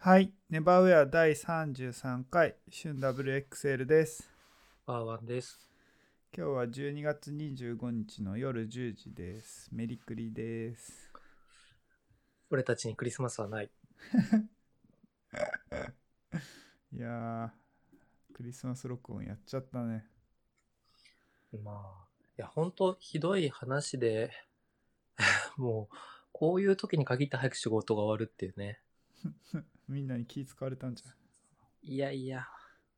はい、ネバーウェア第33回、旬 WXL です。バーワンです。今日は12月25日の夜10時です。メリクリです。俺たちにクリスマスはない。いやー、クリスマス録音やっちゃったね。まあ、いや、ほんとひどい話で、 もう、こういう時に限って早く仕事が終わるっていうね。みんなに気使われたんじゃん。いやいや、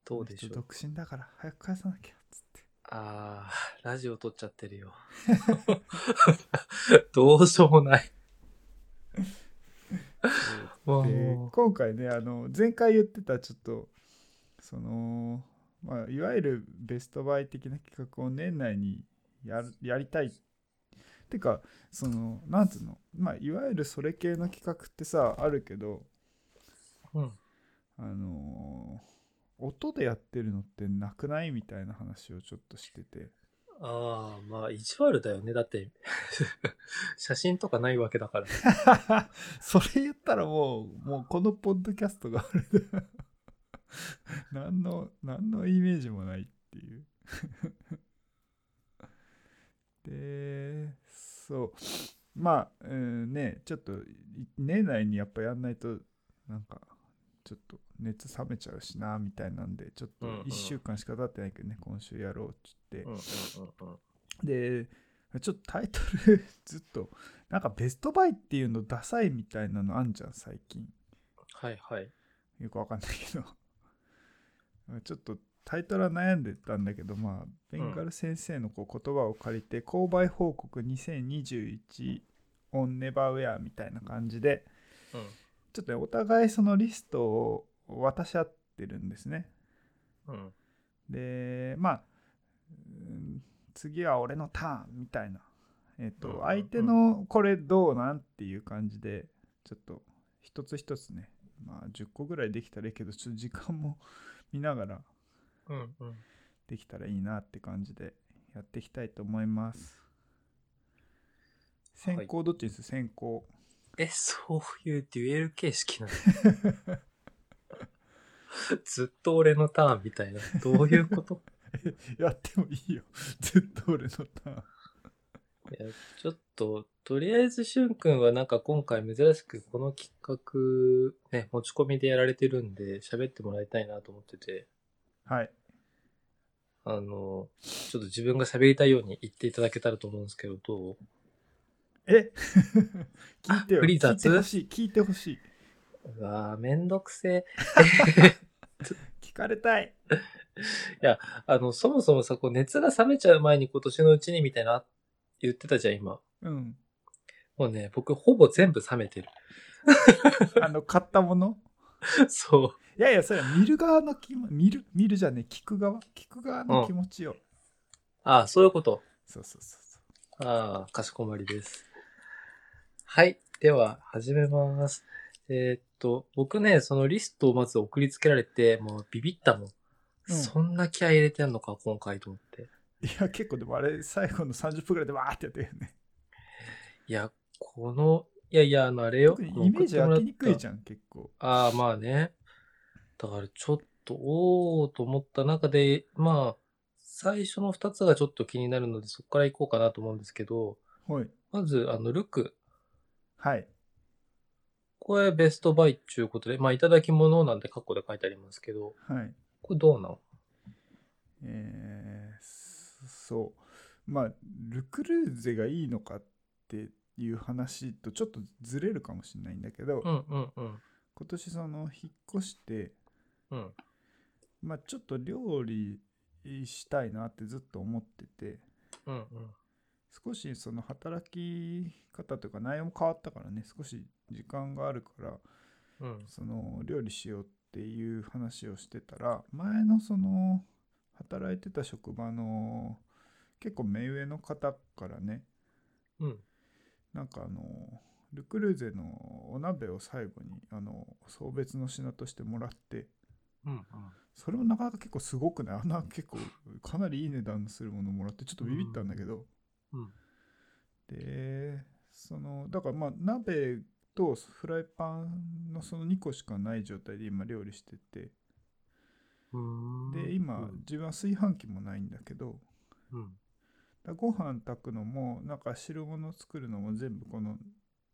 どうでしこの人ょう。独身だから早く返さなきゃっつって。あー、ラジオ撮っちゃってるよ。 どうしよう もない。もでう、今回ねあの前回言ってたちょっとその、まあ、いわゆるベストバイ的な企画を年内にやるやりたいってかそのなんつうの、まあ、いわゆるそれ系の企画ってさあるけどうん、あのー音でやってるのってなくないみたいな話をちょっとしててあー、まあ、意地悪だよね。だって、 写真とかないわけだから。 それ言ったらもうもうこのポッドキャストがあれだ 何の何のイメージもないっていう でそうまあうんねちょっとい年内にやっぱやんないとなんかちょっと熱冷めちゃうしなみたいなんでちょっとうんうん1週間しか経ってないけどね、今週やろうっつって、うんうんうんうん。でちょっとタイトル ずっとなんかベストバイっていうのダサいみたいなのあんじゃん最近はいはい。よくわかんないけどちょっとタイトルは悩んでたんだけどまあベンガル先生のこう言葉を借りて購買報告2021オンネバーウェアみたいな感じでうん。ちょっとねお互いそのリストを渡し合ってるんですねうん。でまあうん次は俺のターンみたいな、えっうんうんとうん相手のこれどうなんっていう感じでちょっと一つ一つね、まあ、10個ぐらいできたらいいけどちょっと時間も 見ながらうんうん。できたらいいなって感じでやっていきたいと思いますはい先行どっちにする先行 え、そういうデュエル形式な のずっと俺のターンみたいな。どういうことやってもいいよずっと俺のターンいやちょっと、とりあえずしゅんくんはなんか今回珍しくこの企画、ね、持ち込みでやられてるんで、喋ってもらいたいなと思ってて、はいあの、ちょっと自分が喋りたいように言っていただけたらと思うんですけど、どうえ 聞いてよあフリーザー聞いてほしい聞いてほしいうわぁ、めんどくせえ。聞かれたいあの、そもそもさ、こう熱が冷めちゃう前に今年のうちにみたいな、言ってたじゃん、今。うんもうね、僕ほぼ全部冷めてる。 あの買ったものそう。いやいや、それは見る側の気も、見る、見るじゃねえ、聞く側、聞く側の気持ちよ。ああ、そういうこと。そうそうそうそう。ああ、かしこまりです。はい。では、始めます。えーっと、僕ね、そのリストをまず送りつけられて、もうビビったもうん。んそんな気合い入れてんのか、今回と思って。いや、結構でもあれ、最後の30分ぐらいでわーってやってるよね。いや、この、いやいや、あの、あれよ。特にイメージ湧きにくいじゃん。ゃん、結構。ああ、まあね。だから、ちょっと、おーと思った中で、まあ、最初の二つがちょっと気になるので、そこから行こうかなと思うんですけど、はい。まず、あの、ルク。はい。これベストバイっていうことで、まあ、いただき物なんて括弧で書いてありますけど、はい。これどうなのえー、そう。まあ、ルクルーゼがいいのかっていう話とちょっとずれるかもしれないんだけど、うんうんうん。今年その、引っ越して、うん。まあ、ちょっと料理したいなってずっと思ってて、うんうん。少しその働き方というか内容も変わったからね少し時間があるからうん。その料理しようっていう話をしてたら前のその働いてた職場の結構目上の方からねうん。なんかあのルクルーゼのお鍋を最後にあの送別の品としてもらってうんうん。それもなかなか結構すごくないあんな結構かなりいい値段するものもらってちょっとビビったんだけど、うん。でそのだからまあ鍋とフライパンのその2個しかない状態で今料理しててで今自分は炊飯器もないんだけどうん。だご飯炊くのもなんか汁物作るのも全部この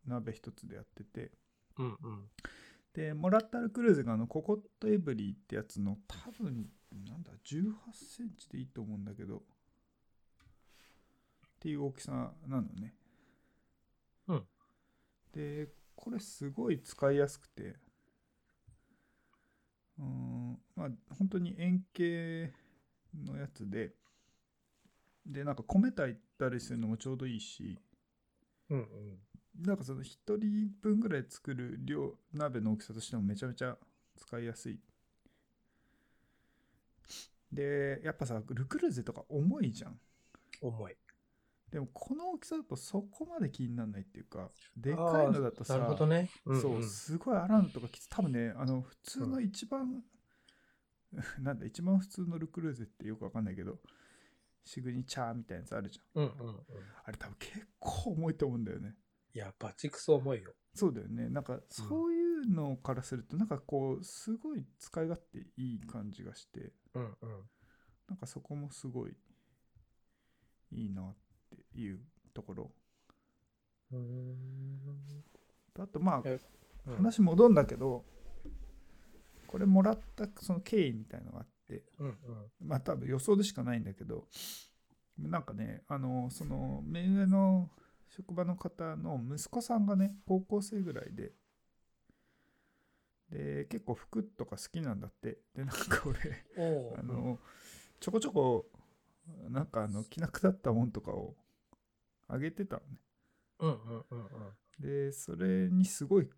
鍋一つでやっててうんうん。でモラッタルクルーズがあのココットエブリーってやつの多分なんだ1 8センチでいいと思うんだけどっていう大きさなのねうんでこれすごい使いやすくてうーんまあ本当に円形のやつででなんか米炊いたりするのもちょうどいいし、うんうん。なんかその1人分ぐらい作る量鍋の大きさとしてもめちゃめちゃ使いやすいでやっぱさルクルーゼとか重いじゃん重い。でもこの大きさだとそこまで気にならないっていうかでかいのだとさなるほどね。そうすごいアランとかきつ多分ねあの普通の一番、 なんだ一番普通のルクルーゼってよくわかんないけどシグニチャーみたいなやつあるじゃんうんうんうん。あれ多分結構重いと思うんだよねいや、バチクソ重いよ。そうだよねなんかそういうのからするとなんかこうすごい使い勝手いい感じがしてうんうん。なんかそこもすごいいいなっていうところあとまあえうん話戻るんだけどこれもらったその経緯みたいのがあってうんまあ多分予想でしかないんだけどなんかねあのその目上の職場の方の息子さんがね高校生ぐらいでで結構服とか好きなんだってでなんか俺うん。おーあのちょこちょこなんかあの着なくなったもんとかをあげてたのねうんうんうんうん。でそれにすごい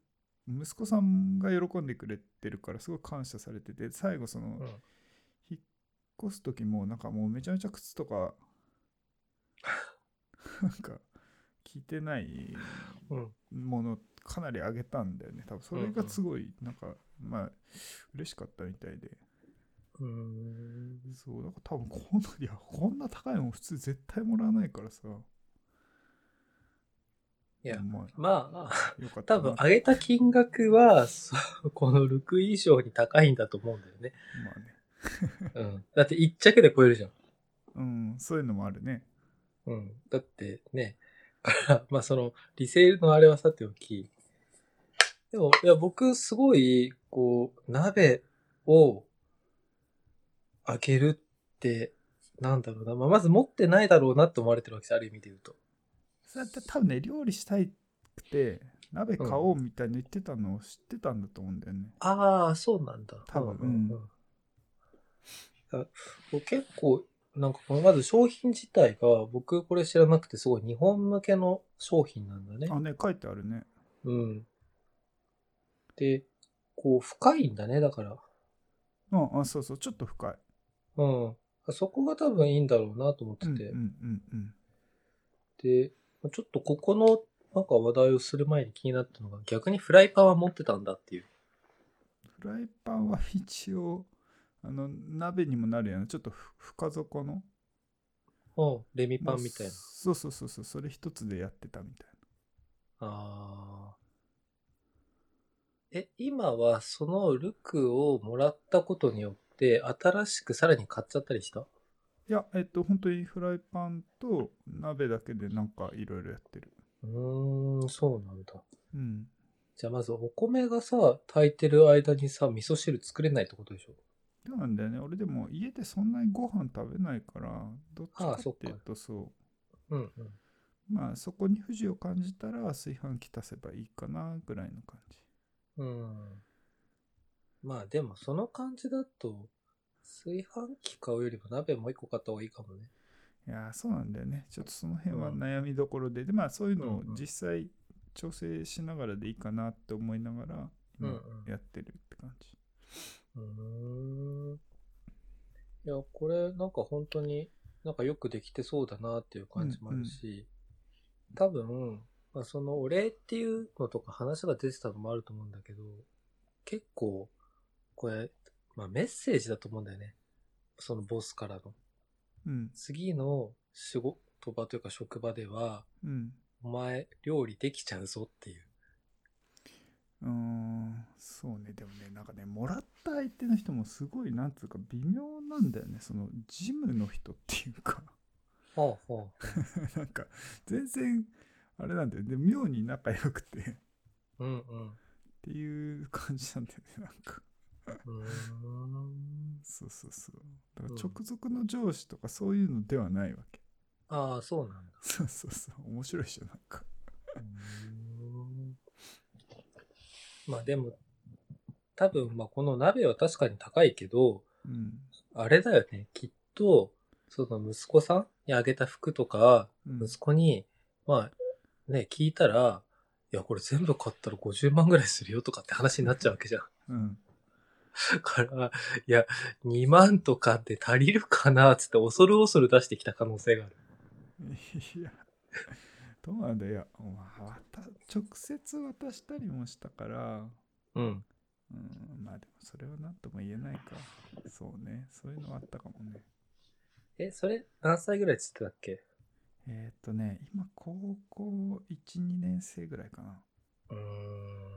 息子さんが喜んでくれてるからすごい感謝されてて最後その、うん引っ越す時もなんかもうめちゃめちゃ靴と かなんか着てないうんものかなりあげたんだよね多分それがすごいなんかまあ嬉しかったみたいでうーん。そうだから多分こんないやこんな高いもん普通絶対もらわないからさいや、ままあ、あよかった多な分上げた金額は、そうこのルク以上に高いんだと思うんだよね。まあねうん。だって1着で超えるじゃん。うんそういうのもあるねうん。だってね、から、まあその、リセールのあれはさておき、でも、いや、僕、すごい、こう、鍋を、あげるって、なんだろうな。まあ、まず持ってないだろうなって思われてるわけです、ある意味で言うと。それって多分ね料理したいくて鍋買おうみたいに言ってたのを知ってたんだと思うんだよね、ああ、そうなんだ。多分うんうんあ僕結構、なんかこのまず商品自体が、僕これ知らなくて、すごい日本向けの商品なんだね。あね書いてあるねうん。で、こう、深いんだね、だから。うん、あそうそうちょっと深いうん。そこが多分いいんだろうなと思ってうんうんて。うんうんで、ちょっとここの、なんか話題をする前に気になったのが、逆にフライパンは持ってたんだっていう。フライパンは一応あの鍋にもなるようなちょっとふ深底のうん。レミパンみたいなもう。そうそうそうそうそれ一つでやってたみたいああ。え、今はそのルクをもらったことによって、新しくさらに買っちゃったりしたないやえっと本当にフライパンと鍋だけでなんかいろいろやってるうーん、そうなんだ。うんじゃあまずお米がさ、炊いてる間にさ、味噌汁作れないってことでしょそうなんだよね俺でも家でそんなにご飯食べないからどっちかあそっってかいうとそううんうん。まあそこに不自由を感じたら炊飯器足せばいいかなぐらいの感じうん。まあでもその感じだと、炊飯器買うよりも鍋もう一個買った方がいいかもね。いやーそうなんだよねちょっとその辺はうん悩みどころで、でまあそういうのをうんうん実際調整しながらでいいかなって思いながらう今んうんやってるって感じ、うーん。いや、これなんか本当になんかよくできてそうだなっていう感じもあるし、多分、まあ、そのお礼っていうのとか話が出てたのもあると思うんだけど、結構、これ、まあメッセージだと思うんだよね。そのボスからの。うん次の仕事場というか職場では、うんお前、料理できちゃうぞっていう。うーんそうねでもねなんかねもらった相手の人もすごいなんつうか微妙なんだよねそのジムの人っていうかはあは あ。なんか全然あれなんだよね妙に仲良くて っうんうん。ていう感じなんだよねなんかうーん。そうそうそうだから直属の上司とかそういうのではないわけ、ああ、そうなんだ。そうそうそう面白いっしょなんかうーんまあでも、多分、まあこの鍋は確かに高いけど、うんあれだよね、きっと、その息子さんにあげた服とか、うん息子に、まあ、ね、聞いたら、いや、これ全部買ったら50万ぐらいするよとかって話になっちゃうわけじゃん。 うんだから、いや、2万とかって足りるかなっつって恐る恐る出してきた可能性がある。いや、どうなんだよいや。まあわた直接渡したりもしたから、うん。うん、まあでもそれは何とも言えないか。そうね、そういうのはあったかもね。え、それ何歳ぐらいっつってたっけえーっとね、今、高校1、2年生ぐらいかな。うーん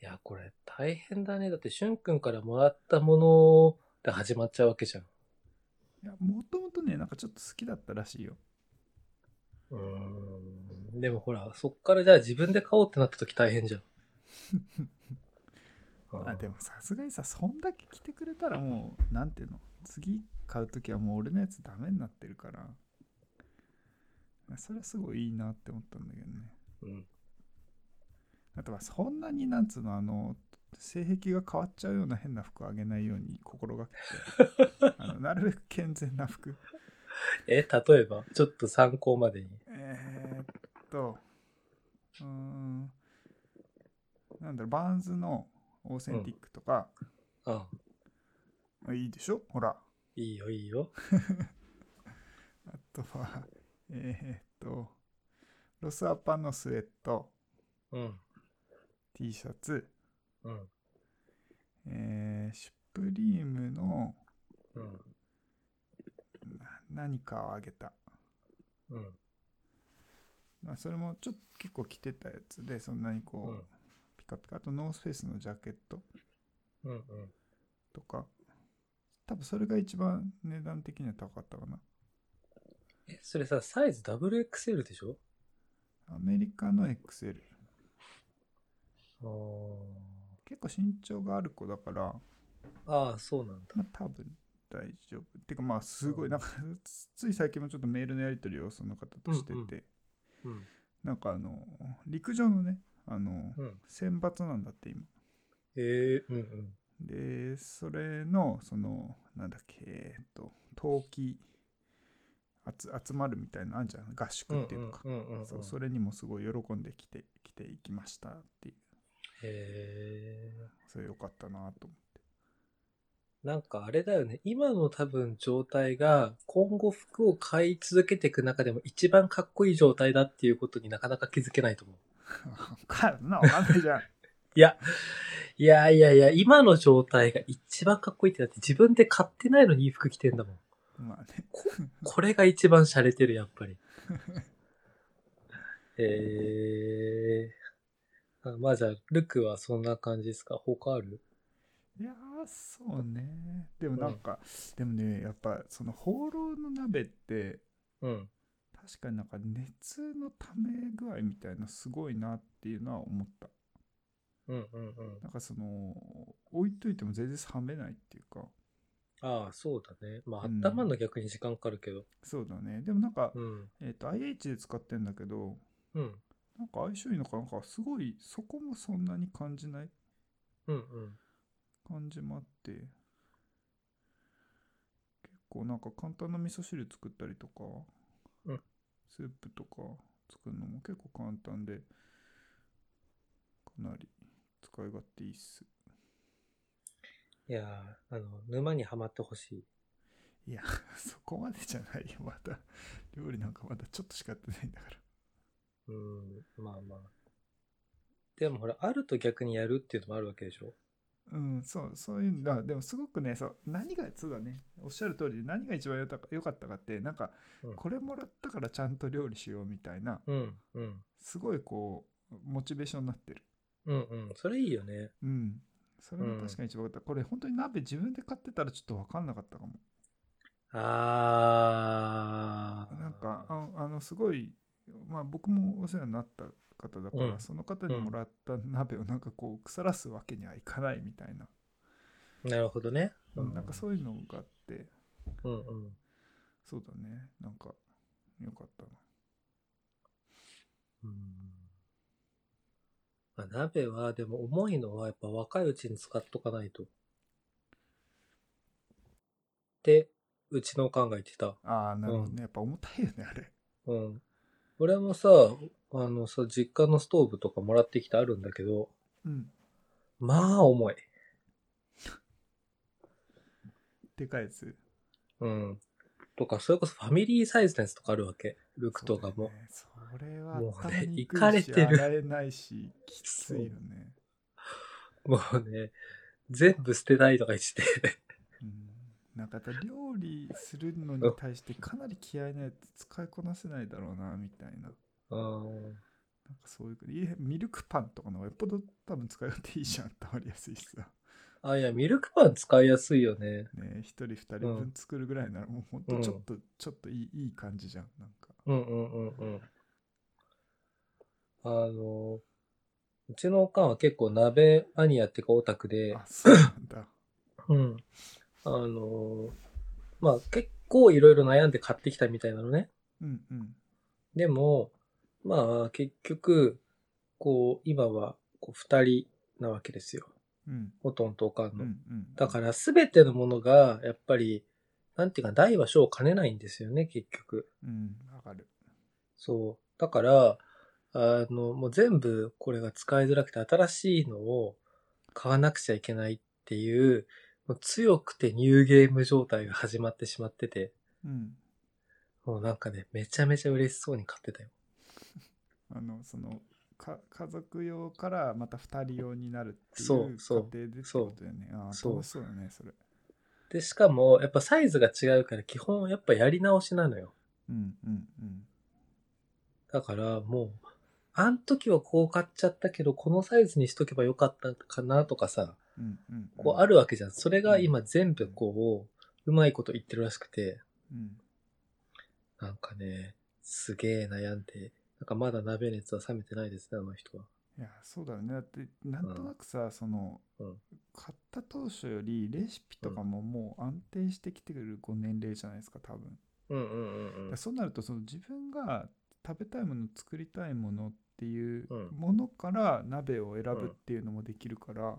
いや、これ大変だね。だって、しゅんくんからもらったもので始まっちゃうわけじゃん。いや、もともとね、なんかちょっと好きだったらしいよ。うーん。でもほら、そっからじゃあ自分で買おうってなった時大変じゃん。 あでもさすがにさ、そんだけ来てくれたらもう、なんていうの、次買うときはもう俺のやつダメになってるから。それはすごいいいなって思ったんだけどね。うん。あとはそんなになんつうのあの性癖が変わっちゃうような変な服をあげないように心がけてあのな るべく健全な服え、例えば、ちょっと参考までに。えーっとうーんなんだろうバーンズのオーセンティックとか、うん。いいでしょほらいいよ、いいよ。あとは えーっとロスアパのスウェットうん。 T シャツ、うん。えー、シュプリームのうん。な何かをあげたうん。まあ、それもちょっと結構着てたやつでそんなにこう、うんピカピカあとノースフェイスのジャケットうん。うん。とか多分それが一番値段的には高かったかなえ、それさ、サイズ WXL でしょアメリカの XL あー結構身長がある子だから、あー、そうなんだ。まあ、多分大丈夫てかまあすごいなんかつつい最近もちょっとメールのやり取りをその方としてて、うんうんうん。なんかあの陸上のねあの、うん。選抜なんだって今えー、うんうん。でそれのそのなんだっけえーっと冬季集集まるみたいなのあんじゃん合宿っていうのか、うんうんうんうんうんそうそれにもすごい喜んできて来ていきましたっていうへえ。それよかったなと思なんかあれだよね。今の多分状態が今後服を買い続けていく中でも一番かっこいい状態だっていうことになかなか気づけないと思う。ってかそんなわかんないじゃんいや、いやいやいや、今の状態が一番かっこいいってだって自分で買ってないのにいい服着てんだもん。まあねこれが一番洒落てる、やっ ぱり。へえ。あまあじゃあ、ルクはそんな感じですか他あるいやーそうねでもなんか、でもねやっぱその放浪の鍋ってうん。確かになんか熱のため具合みたいなすごいなっていうのは思ったうんうんうん。なんかその置いといても全然冷めないっていうかああ、そうだね。まあ、うん頭の逆に時間かかるけど。そうだねでもなんか、うん。えー、と IH で使ってんだけどうん。なんか相性いいのかなんかすごいそこもそんなに感じないうんうん。感じもあって結構なんか簡単な味噌汁作ったりとか、うんスープとか作るのも結構簡単でかなり使い勝手いいっす いやー、あの、沼にはまってほしい。いやそこまでじゃないよま だ料理なんかまだちょっとしかやってないんだからうん、まあまあ。でもほら、あると逆にやるっていうのもあるわけでしょうん、そう、そういうのだ、でもすごくね、そう、何が、そうだね、おっしゃる通りで、何が一番よた良かったかって、なんかうん、これもらったからちゃんと料理しようみたいな、うん、うん、すごいこう、モチベーションになってる。うんうん。それいいよね。うん。それうんが確かに一番良かった。これ本当に鍋自分で買ってたらちょっと分かんなかったかも。あー。なんか、ああの、すごい、まあ僕もお世話になった方だから、うんその方にもらった鍋をなんかこう腐らすわけにはいかないみたいな、なるほどね。うんなんかそういうのがあって、うんうん。そうだね、なんか良かったな。うんまあ、鍋は、でも重いのはやっぱ若いうちに使っとかないと。って、うちの考えてた。ああ、なるほどね、やっぱ重たいよね、あれ。うん。俺もさ、あのさ、実家のストーブとかもらってきてあるんだけど、うん。まあ重い。でかいやつ。うん。とか、それこそファミリーサイズのやつとかあるわけ。ルクとかも。そうだよね。それは、もうね頭にいかれてるくし洗えないし、きついよね。もうね、全部捨てたいとか言ってて。 うんなんかやっぱ料理するのに対してかなり気合いないと使いこなせないだろうなみたいな。なんかうん。そういういやミルクパンとかの方がよっぽど多分使い勝手いいじゃん。たまりやすいしさ。あ、いや、ミルクパン使いやすいよね。 ね一人二人分作るぐらいならもうほんとちょっと、ちょっといいいい感じじゃん。なんか。うんうんうんうん。あの、うちのおかんは結構鍋マニアっていうかオタクであ、、そうなんだ。うん。あの、まあ結構いろいろ悩んで買ってきたみたいなのね。うんうん。でも、まあ結局、こう、今はこう二人なわけですよ。うんほとんどおうかんんうの。ん。だからすべてのものが、やっぱり、なんていうか、大は小を兼ねないんですよね、結局。うん、わかる。そう。だから、あの、もう全部これが使いづらくて新しいのを買わなくちゃいけないっていう、もう強くてニューゲーム状態が始まってしまってて、うん。もうなんかね、めちゃめちゃ嬉しそうに買ってたよ。あのそのか家族用からまた2人用になるっていう過そうそう程でってことだよね。ああそう楽しそうだねそれ。で、しかも、やっぱサイズが違うから基本やっぱやり直しなのよ。うんうんうん。だからもう、あん時はこう買っちゃったけど、このサイズにしとけばよかったかなとかさ、うんうんうん、こうあるわけじゃん。それが今全部こう、うまいこと言ってるらしくて、うん、なんかね、すげえ悩んで、なんかまだ鍋熱は冷めてないですね、あの人は。いやそうだよねだってなんとなくさ、その、うん買った当初よりレシピとかももう安定してきてくるご年齢じゃないですか多分。うんうんうんだからそうなるとその自分が食べたいもの作りたいものっていううんものから鍋を選ぶっていうのもできるから。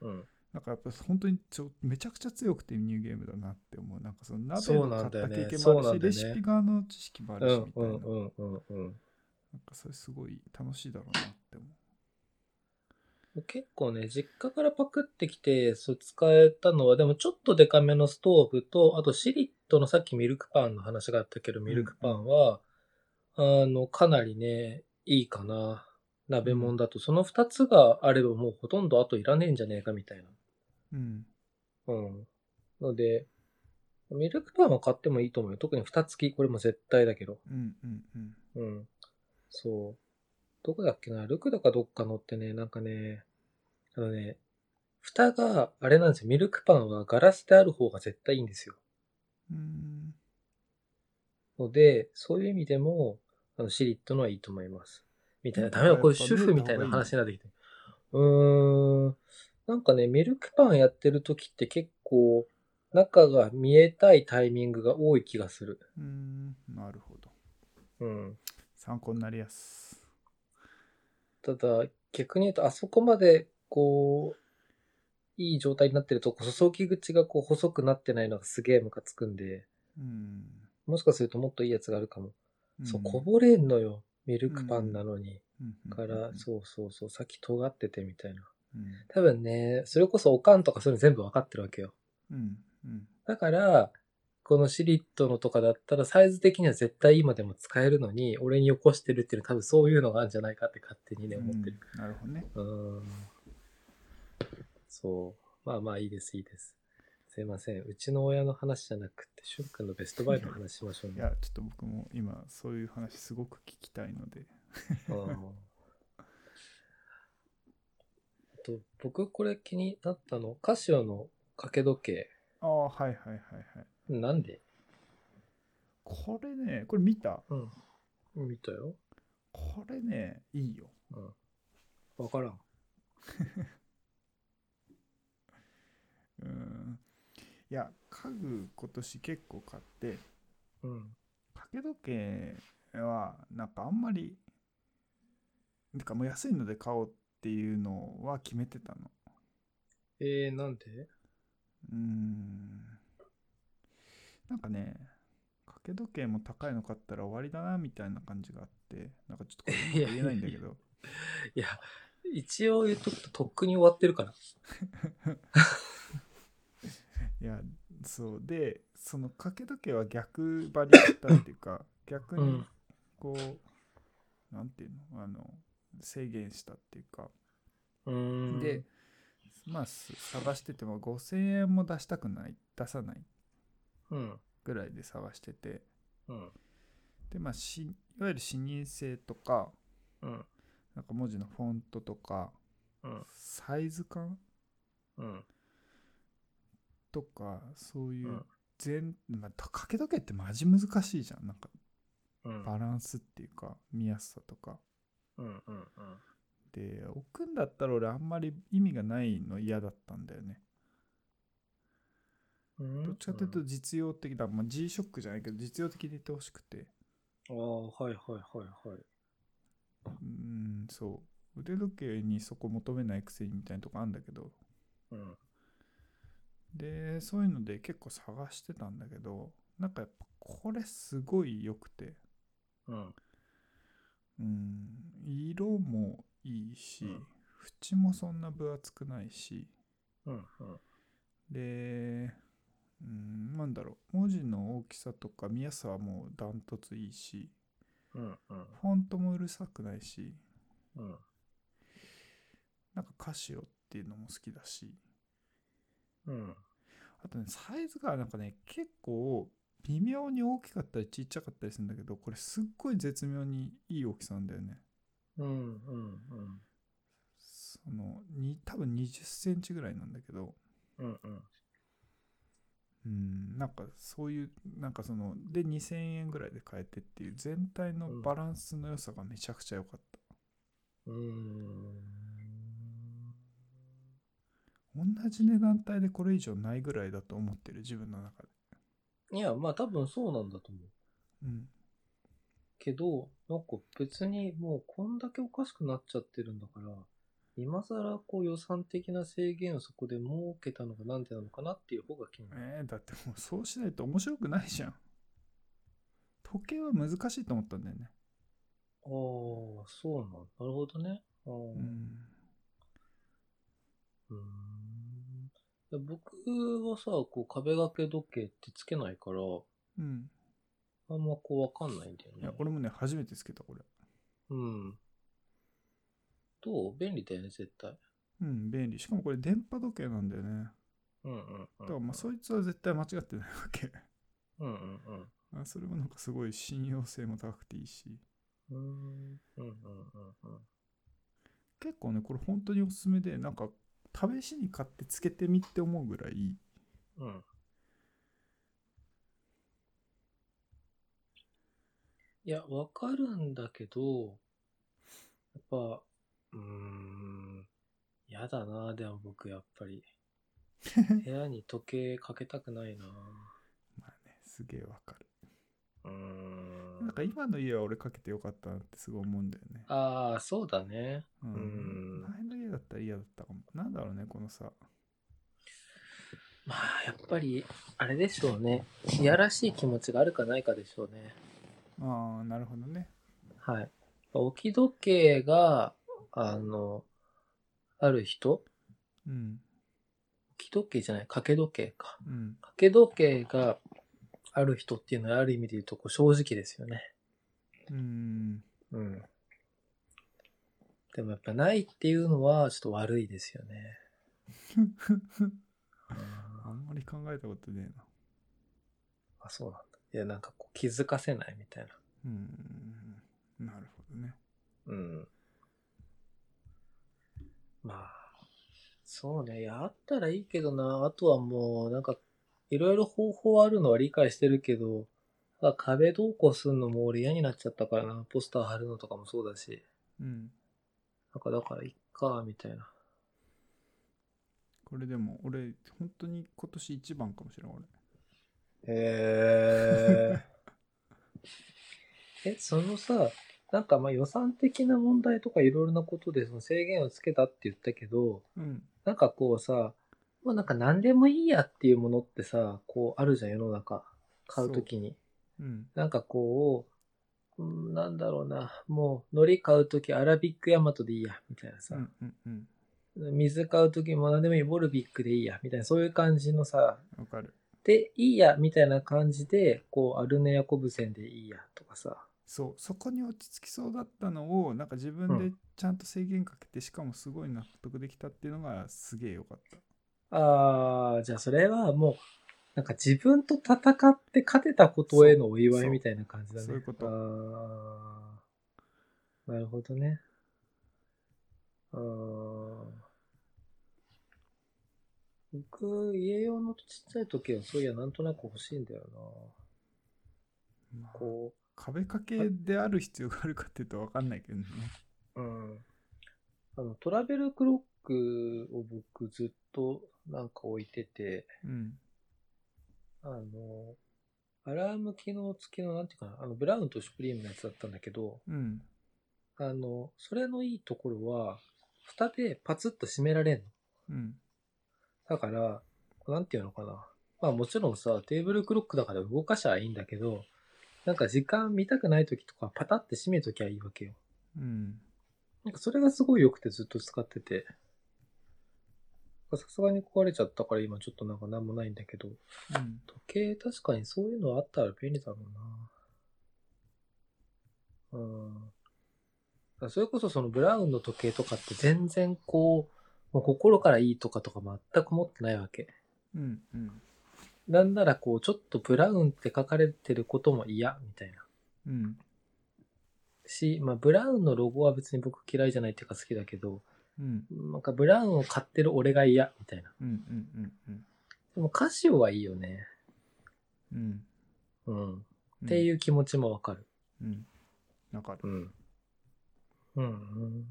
うん。うん。なんかやっぱ本当にちょめちゃくちゃ強くてニューゲームだなって思う。なんかその鍋そうをな買んっだよたね経験そうもあなるんし、だレよねシピ側の知識もあうるしんみたういな。んなんかうんうんそれすごい楽しいだろうなって思うん。結構ね、実家からパクってきて、そう使えたのは、でもちょっとデカめのストーブと、あとシリットのさっきミルクパンの話があったけど、ミルクパンは、あの、かなりね、いいかな。鍋物だと、その二つがあればもうほとんどあといらねえんじゃねえかみたいな。う。うん。うん。ので、ミルクパンは買ってもいいと思うよ。特に蓋付き。これも絶対だけど。うんうんうん。うん。そう。どこだっけなルクダかどっかのってね、なんかね、あのね、蓋が、あれなんですよ。ミルクパンはガラスである方が絶対いいんですよ。うーん。ので、そういう意味でも、あのシリットのはいいと思います。みたいな。ダメだ、これ主婦みたいな話になってきて。うーん。なんかね、ミルクパンやってる時って結構、中が見えたいタイミングが多い気がする。うーん。なるほど。うん。参考になりやす。ただ、逆に言うと、あそこまで、こう、いい状態になってると、注ぎ口がこう細くなってないのがすげえムカつくんで、うん。もしかするともっといいやつがあるかも。うんそう、こぼれんのよ。ミルクパンなのに。うんうんかうんら、そうそうそう、先尖っててみたいな。うん。多分ね、それこそおかんとかそういうの全部わかってるわけよ。うんうん。だから、このシリットのとかだったらサイズ的には絶対今でも使えるのに、俺によこしてるっていうのは多分そういうのがあるんじゃないかって勝手にね、思ってる。うんなるほどね。うーん。そう。まあまあいいです、いいです。すいません。うちの親の話じゃなくて、しゅんくんのベストバイの話しましょういね。や、ちょっと僕も今そういう話すごく聞きたいので。うんと、僕これ気になったの、カシオの掛け時計。ああはいはいはいはいなんでこれねこれ見たうん。見たよ。これねいいようん。わからん。うんいや家具今年結構買ってうん。掛け時計はなんかあんまりてかもう安いので買おうっていうのは決めてたのえー、なんでうーんなんかね掛け時計も高いの買ったら終わりだなみたいな感じがあってなんかちょっとこれいや言えないんだけどいや、一応言っとくととっくに終わってるから。いやそうでその掛け時計は逆張りだったっていうか逆うにんこう、なんていうのあの制限したっていうか、うーん。で、まあす探してても5000円も出したくない出さないうん。ぐらいで探しててうん。でまあしいわゆる視認性とかうん。なんか文字のフォントとかうん。サイズ感うん。とかそういううん全、まあ、掛け時計ってマジ難しいじゃんなんかうん。バランスっていうか見やすさとかうん。うん。うん。で置くんだったら俺あんまり意味がないの嫌だったんだよねうんどっちかというと、実用的だ、まあ、G-SHOCK じゃないけど実用的でいてほしくてうんああ、はいはいはいはい。うーんそう腕時計にそこ求めないくせにみたいなとこあるんだけどうん。でそういうので結構探してたんだけどなんかやっぱこれすごい良くてうん。うん色もいいし、うん縁もそんな分厚くないしうん。うん。でうんなんだろう文字の大きさとか見やすさはもうダントツいいしうん。うん。フォントもうるさくないしうん。なんかカシオっていうのも好きだしうん。あとねサイズがなんかね結構微妙に大きかったりちっちゃかったりするんだけどこれすっごい絶妙にいい大きさなんだよねうん。うん。うん。そのに多分2 0センチぐらいなんだけどうん。うん。うんなんかそういうなんかそので2000円ぐらいで買えてっていう全体のバランスの良さがめちゃくちゃ良かったうーん。同じ値段帯でこれ以上ないぐらいだと思ってる自分の中でいや、まあ多分そうなんだと思う。うんけど、なんか別にもうこんだけおかしくなっちゃってるんだから、今更こう予算的な制限をそこで設けたのがなんでなのかなっていう方が気になる。えー、だってもうそうしないと面白くないじゃん時計は難しいと思ったんだよねああ、そうなんだ。なるほどね。あーうんうーんいや僕はさ、こう壁掛け時計ってつけないから、うんあんまこうわかんないんだよいやね。俺もね初めてつけたこれうん。どう便利だよね、絶対。うん便利しかもこれ電波時計なんだよねうんうんうん。だからまあそいつは絶対間違ってないわけ うんうんうん。あそれもなんかすごい信用性も高くていいしうーんうんうんうんうん。結構ねこれ本当におすすめでなんか試しに買ってつけてみって思うぐらいいいうん。いや、わかるんだけど、やっぱ、うーん、やだな、でも僕、やっぱり。部屋に時計かけたくないな。まあねすげえわかるうーん。なんか今の家は俺かけてよかったなってすごい思うんだよねああ、そうだね。ううんん前の家だったら嫌だったかもなんだろうねこのさまあ、やっぱり、あれでしょうね。いやらしい気持ちがあるかないかでしょうね。ああなるほどねはい。置き時計が、あの、ある人うん置き時計じゃない、掛け時計か。うん掛け時計がある人っていうのはある意味で言うとこう正直ですよね。うんうん。でもやっぱないっていうのはちょっと悪いですよね。あんまり考えたことねえなあ、そうなんだ。いや、なんかこう気づかせないみたいな。うんなるほどねうん。まあ、そうね、やったらいいけどな、あとはもう、なんか、いろいろ方法あるのは理解してるけど、あ壁どうこうするのも俺嫌になっちゃったからな、ポスター貼るのとかもそうだし、うん。なんかだからいっか、みたいな。これでも、俺、本当に今年一番かもしれない。俺へ え。え、そのさ、なんかまあ予算的な問題とかいろいろなことでその制限をつけたって言ったけど、うん。なんかこうさ、まあなんか何でもいいやっていうものってさ、こうあるじゃん、世の中。買うときに。うん。なんかこう、うん、なんだろうな、もう、海苔買うときアラビックヤマトでいいや、みたいなうさ。んうんうん。水買うときも何でもいい、ボルビックでいいや、みたいな、そういう感じのさ、わかる。で、いいや、みたいな感じで、こう、アルネ・ヤコブセンでいいや、とかさ。そう、そこに落ち着きそうだったのを、なんか自分うでちゃんと制限かけて、しかもすごい納得できたっていうのがすげえよかった。あー、じゃあそれはもう、なんか自分と戦って勝てたことへのお祝いみたいな感じだね。そうそういうことあーなるほどね。あー僕、家用のちっちゃい時計はそういやなんとなく欲しいんだよまあな。こ壁掛けである必要があるかっていうと分かんないけどね。う、うん。あの、トラベルクロックを僕ずっとなんか置いてて、うん。あの、アラーム機能付きの、なんていうかな、あの、ブラウンとシュプリームのやつだったんだけど、うん。あの、それのいいところは、蓋でパツッと閉められんの。うん。だから、なんていうのかな。まあもちろんさ、テーブルクロックだから動かしゃいいんだけど、なんか時間見たくない時とかパタって閉めときゃいいわけよ。うん。なんかそれがすごい良くてずっと使ってて。さすがに壊れちゃったから今ちょっとなんかなんもないんだけど、うん。時計確かにそういうのあったら便利だろうな。うん。だからそれこそそのブラウンの時計とかって全然こう、もう心からいいとかとか全く持ってないわけ。うん。うん。なんならこう、ちょっとブラウンって書かれてることも嫌みたいな。うん。し、まあブラウンのロゴは別に僕嫌いじゃないっていうか好きだけど、うん。なんかブラウンを買ってる俺が嫌みたいな。うん。うん。うん。うん。でもカシオはいいよね。うん。うん。っていう気持ちもわかる。うん。なんかある、うん。うん、うん。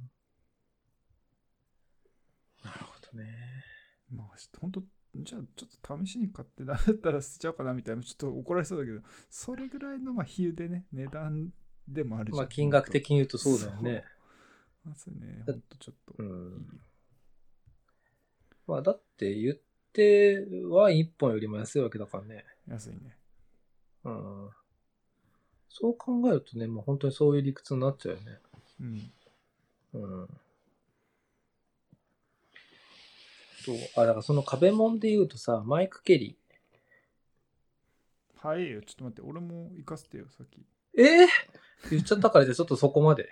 なるほどね。まあ、本当じゃあちょっと試しに買ってダメだったら捨てちゃおうかなみたいな、ちょっと怒られそうだけど、それぐらいの、まあ、比喩でね、値段でもあるじゃん。まあ金額的に言うとそうだよね。そう。そうね、だほんとちょっといういよ。ん。まあだって言っては1本よりも安いわけだからね。安いね。うん。そう考えるとね、もう本当にそういう理屈になっちゃうよね。うん。うん。そう。あ、だからその壁門で言うとさ、マイク・ケリー。早いよ、ちょっと待って、俺も行かせてよ、さっき。えー言っちゃったからじゃあちょっとそこまで。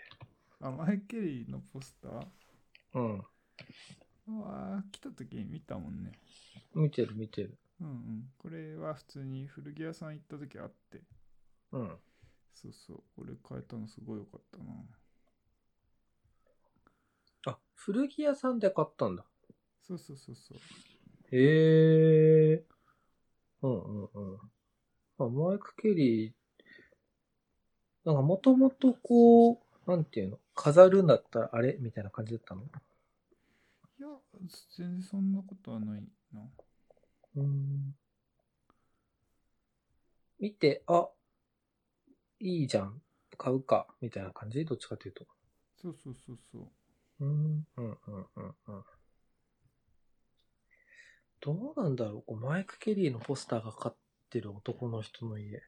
あ、マイケリーのポスターうん。うわー来た時に見たもんね。見てる見てる。うんうん。これは普通に古着屋さん行った時あって。うん。そうそう。俺買えたのすごい良かったな。あ、古着屋さんで買ったんだ。そうそうそうそう。へえ。うんうんうん。あ、マイク・ケリー、なんかもともとこう、なんていうの、飾るんだったらあれみたいな感じだったのいや、全然そんなことはないな。うん。見て、あ、いいじゃん。買うか。みたいな感じどっちかというと。そうそうそうそう。うん、うん、うん、うん、うん。どうなんだろうこうマイク・ケリーのポスターがかかってる男の人の家。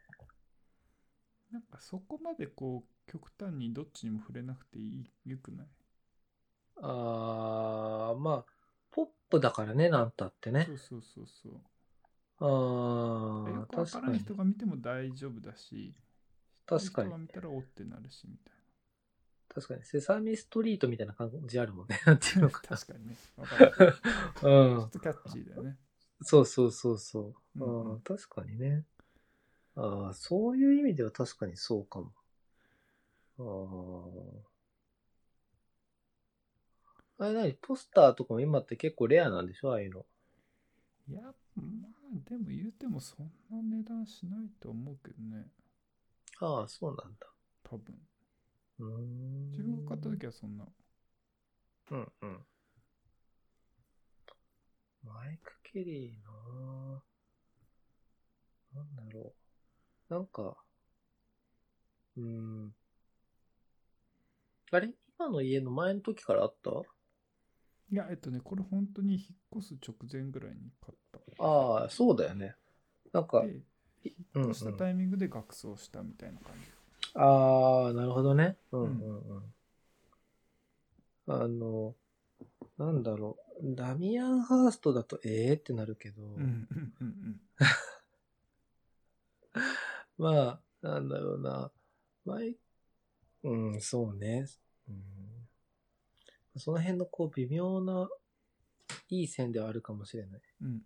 なんかそこまでこう、極端にどっちにも触れなくていいよくない、あー、まあ、ポップだからね、なんたってねそ。うそうそうそう。あーよ、くわ確かからんに。人が見ても大丈夫だし、確か人にが。見たらおってなるしみたい確かに。セサミストリートみたいな感じあるもんね。なんていうな。のかな。確かにね。わかる。ちうょんっ。とキャッチーだよね。そうそうそうそう。うんうんうん、確かにね。ああ、そういう意味では確かにそうかも。ああれ何ポスターとかも今って結構レアなんでしょああいうの。いや、まあ、でも言うてもそんな値段しないと思うけどね。ああ、そうなんだ。多分。うーん。自分が買った時はそんな。うんうん。マイク・ケリーなぁ。なんだろう。なんか、うーん。あれ今の家の前の時からあったいや、えっとね、これ本当に引っ越す直前ぐらいに買った。ああ、そうだよね。なんか、で、う引ん、うんっ越。したタイミングで学装したみたいな感じ。ああ、なるほどね。うんうんうんうん。あの、なんだろう。ダミアン・ハーストだとええってなるけど、うんうんうんうん。まあ、なんだろうな。マイうん、そうね。うん、その辺のこう微妙な、いい線ではあるかもしれない。うん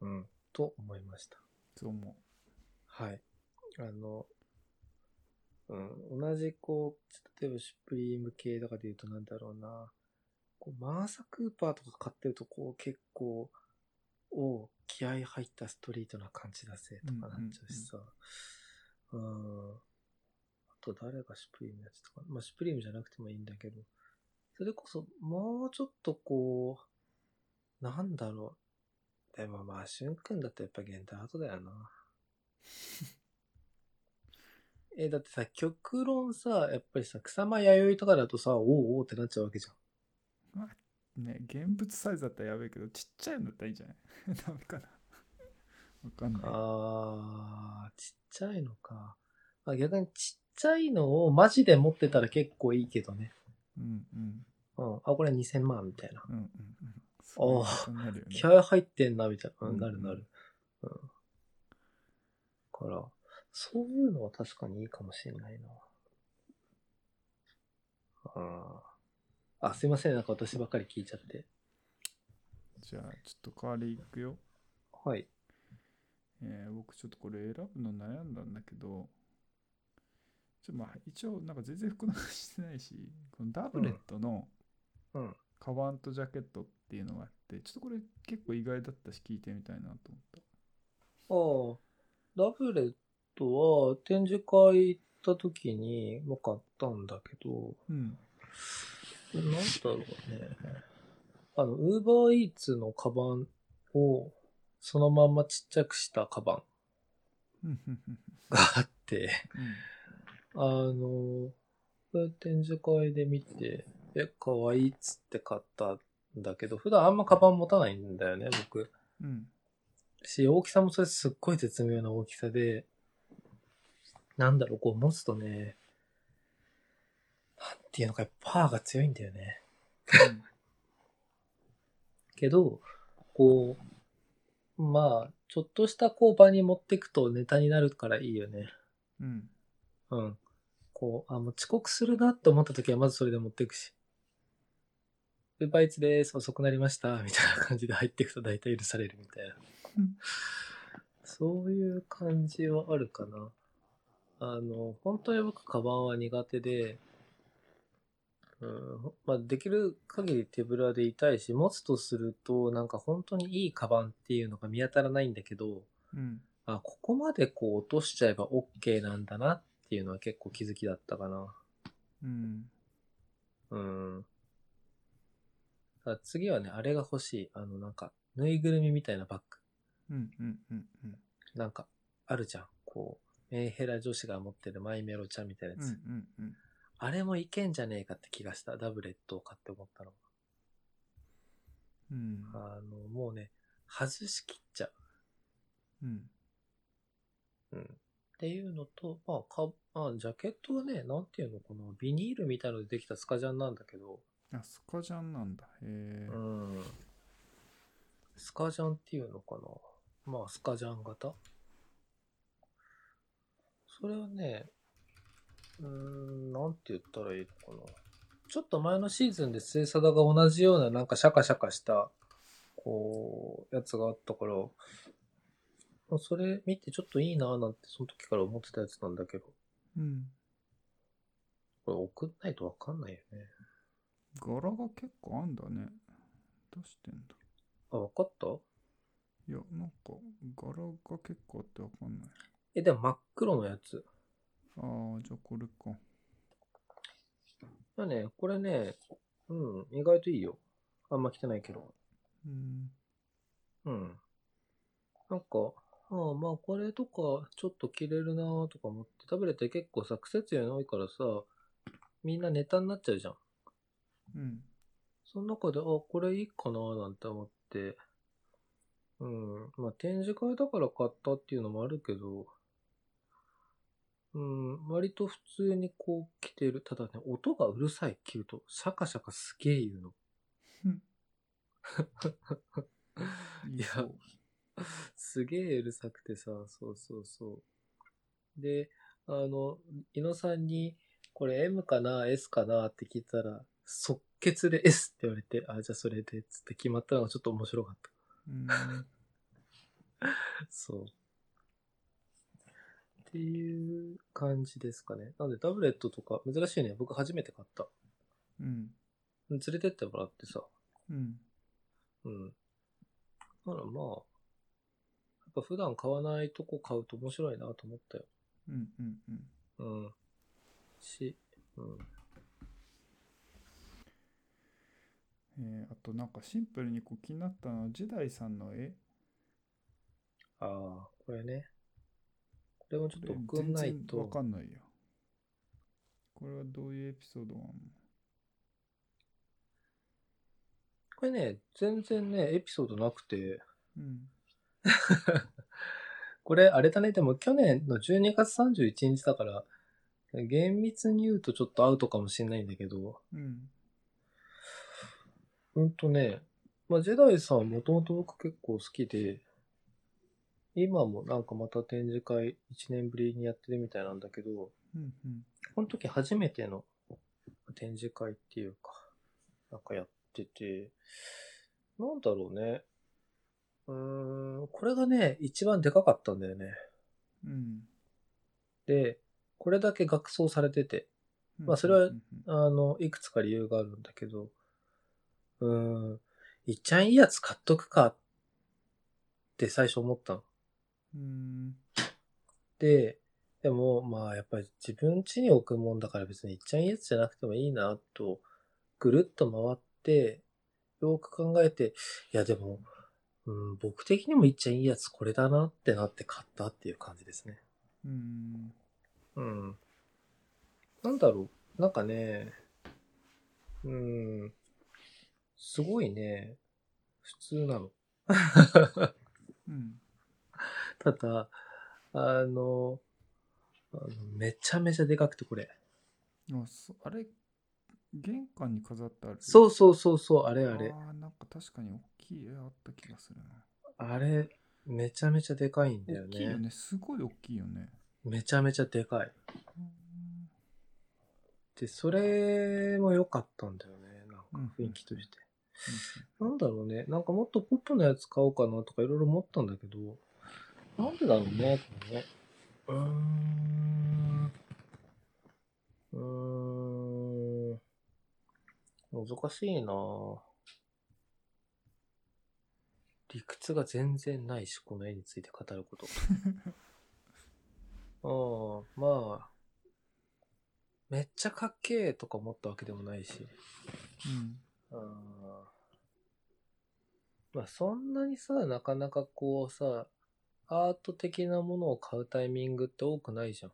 うん。うん。と思いました。そう思う。はい。あの、うん、同じこう、例えばシュプリーム系とかで言うとなんだろうな、こうマーサ・クーパーとか買ってるとこう結構、おう気合入ったストリートな感じだぜとかなっちゃうしさ、うんあと誰がシュプリームのやつとか、まあシュプリームじゃなくてもいいんだけど、それこそもうちょっとこう、なんだろう、でもまあ、しゅんくんだとやっぱゲンタアートだよな。え、だってさ、極論さ、やっぱりさ、草間弥生とかだとさ、おうおうってなっちゃうわけじゃん。まあね、現物サイズだったらやべえけど、ちっちゃいのだったらいいんじゃない ダメかな。わかんない。あー、ちっちゃいのか。まあ、逆にちっちゃいのをマジで持ってたら結構いいけどね。うんうんうん。あ、これ2000万みたいな。うんうんうん。そういうあーことになるよね気合入ってんな、みたいな。ううんん、なるなる。うん。から、そういうのは確かにいいかもしれないな。あーあ、すいません。なんか私ばっかり聞いちゃって。じゃあ、ちょっと代わりいくよ。はい。えー僕ちょっとこれ選ぶの悩んだんだけど、ちょまあ一応なんか全然服の話してないし、このダブレットのうん。カバンとジャケットっていうのがあって、ちょっとこれ結構意外だったし聞いてみたいなと思っああ、ラブレットは展示会行った時にも買ったんだけど、た。うん。なんだろうね。あの、ウーバーイーツのカバンをそのまんまちっちゃくしたカバうンんうんうんがあって、あの、それ展示会で見て、え、可愛いっつって買ったんだけど、普段あんまカバン持たないんだよね、僕。うん。うん。し、大きさもそれすっごい絶妙な大きさで、なんだろう、こう持つとね、なんていうのか、やっぱパワーが強いんだよね。うんけど、こう、まあ、ちょっとしたこう場に持ってくとネタになるからいいよね。うん。うん。こう、あ、もう遅刻するなって思った時はまずそれで持ってくし。ウーバーイーツです、遅くなりました、みたいな感じで入っていくと大体許されるみたいなうん。そういう感じはあるかな。あの、本当に僕、カバンは苦手で、うん、まあ、できる限り手ぶらでいたいし、持つとすると、なんか本当にいいカバンっていうのが見当たらないんだけど、うん。あ、ここまでこう落としちゃえば OK なんだなっていうのは結構気づきだったかな。うん。うん。だから次はね、あれが欲しい。あの、なんか、ぬいぐるみみたいなバッグ。うん。うん。うん。うん。なんか、あるじゃん。こう、メンヘラ女子が持ってるマイメロちゃんみたいなやうつ。ん。うん。あれもいけんじゃねえかって気がした。ダブレットを買って思ったの。うん。あの、もうね、外しきっちゃう。うん。うん。っていうのと、まあ、か、まあ、ジャケットはね、なんていうのかな、ビニールみたいのでできたスカジャンなんだけど、あ、スカジャンなんだ。へえ。うん。スカジャンっていうのかな。まあ、スカジャン型それはね、うーん、なんて言ったらいいのかな。ちょっと前のシーズンで末貞が同じようななんかシャカシャカした、こう、やつがあったから、もうそれ見てちょっといいなぁなんてその時から思ってたやつなんだけど、うん。これ送んないとわかんないよね。柄が結構あんだね。どうしてんだあ、わかったいや、なんか、柄が結構あってわかんない。え、でも真っ黒のやつ。ああ、じゃあこれか。まあね、これね、うん、意外といいよ。あんま着てないけど。うん。うん。なんか、ああまあこれとかちょっと着れるなーとか思って、タブレット結構さ、癖強いの多いからさ、みんなネタになっちゃうじゃん。うん。その中で、あ、これいいかなーなんて思って、うん、まあ展示会だから買ったっていうのもあるけど、うん、割と普通にこう着てる。ただね、音がうるさい着ると、シャカシャカすげえ言うの。いや、そう すげえうるさくてさ、そうそうそう。で、あの、伊野さんに、これ M かな ?S かなって聞いたら、即決で S って言われて、あ、じゃあそれで、つって決まったのがちょっと面白かっうん。た。そう。っていう感じですかね。なので、タブレットとか、珍しいね。僕初めて買った。うん。連れてってもらってさ。うん。うん。だからまあ、やっぱ普段買わないとこ買うと面白いなと思ったよ。うん。うん。うん。うん。し、うん。えー、あとなんかシンプルにこう気になったのは、ジダイさんの絵。ああ、これね。これもちょっとこれ送んない全然わとか、んないよ。これはどういうエピソードなのこれね、全然ね、エピソードなくて、うん。これあれだね、でも去年の12月31日だから、厳密に言うとちょっとアウトかもしれないんだけど、うん。ほんとね、まあ、ジェダイさんもともと僕結構好きで、今もなんかまた展示会1年ぶりにやってるみたいなんだけど、うん。うん。この時初めての展示会っていうか、なんかやってて、なんだろうね。うーん、これがね、一番でかかったんだよね。うん。で、これだけ学装されてて、まあそれはあの、いくつか理由があるんだけど、うーん、いっちゃんいいやつ買っとくかって最初思ったの。うん。で、でも、まあ、やっぱり自分家に置くもんだから別にいっちゃんいいやつじゃなくてもいいなと、ぐるっと回って、よく考えて、いや、でも、うん、僕的にもいっちゃんいいやつこれだなってなって買ったっていう感じですね。うん。うん。なんだろう。なんかね、うん、すごいね、普通なの。うん。ただ、あの、あのめちゃめちゃでかくてこれ。あそあれ、玄関に飾ってある。そううそうそうそう、あれあれ。あーなんか確かに大きい絵あった気がするな。あれ、めちゃめちゃでかいんだよ大きいよね。ね。すごい大きいよね。めちゃめちゃでかい。うんで、それも良かったんだよね。なんか雰囲気として。なんだろうね。なんかもっとポップなやつ買おうかなとかいろいろ思ったんだけど、なんでだろうね、これね。うーん。うーん。難しいなぁ理屈が全然ないし、この絵について語ること。ああ、まあ、めっちゃかっけえとか思ったわけでもないし。うんあーまあそんなにさ、なかなかこうさ、アート的なものを買うタイミングって多くないじゃん。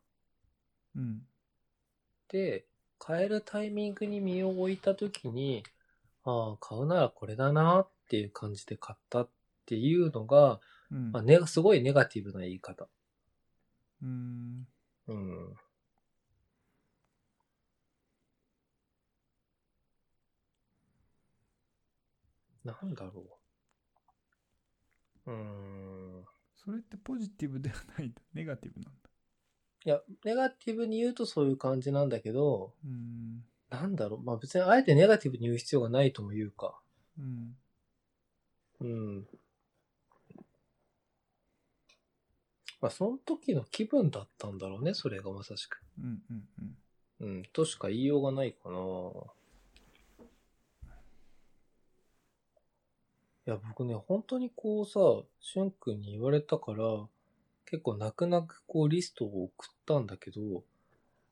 うん。で、買えるタイミングに身を置いたときに、ああ、買うならこれだなっていう感じで買ったっていうのが、うん。まあね、すごいネガティブな言い方。うん。うん。なんだろう。うーん。それってポジティブではないんだ。ネガティブなんだ。いや、ネガティブに言うとそういう感じなんだけど、うん。なんだろう。まあ別にあえてネガティブに言う必要がないとも言うか。うん。うん。まあその時の気分だったんだろうね、それがまさしく。うん。うん。うん。うん、としか言いようがないかな。いや、僕ね、本当にこうさ、しゅんくんに言われたから、結構泣く泣くこうリストを送ったんだけど、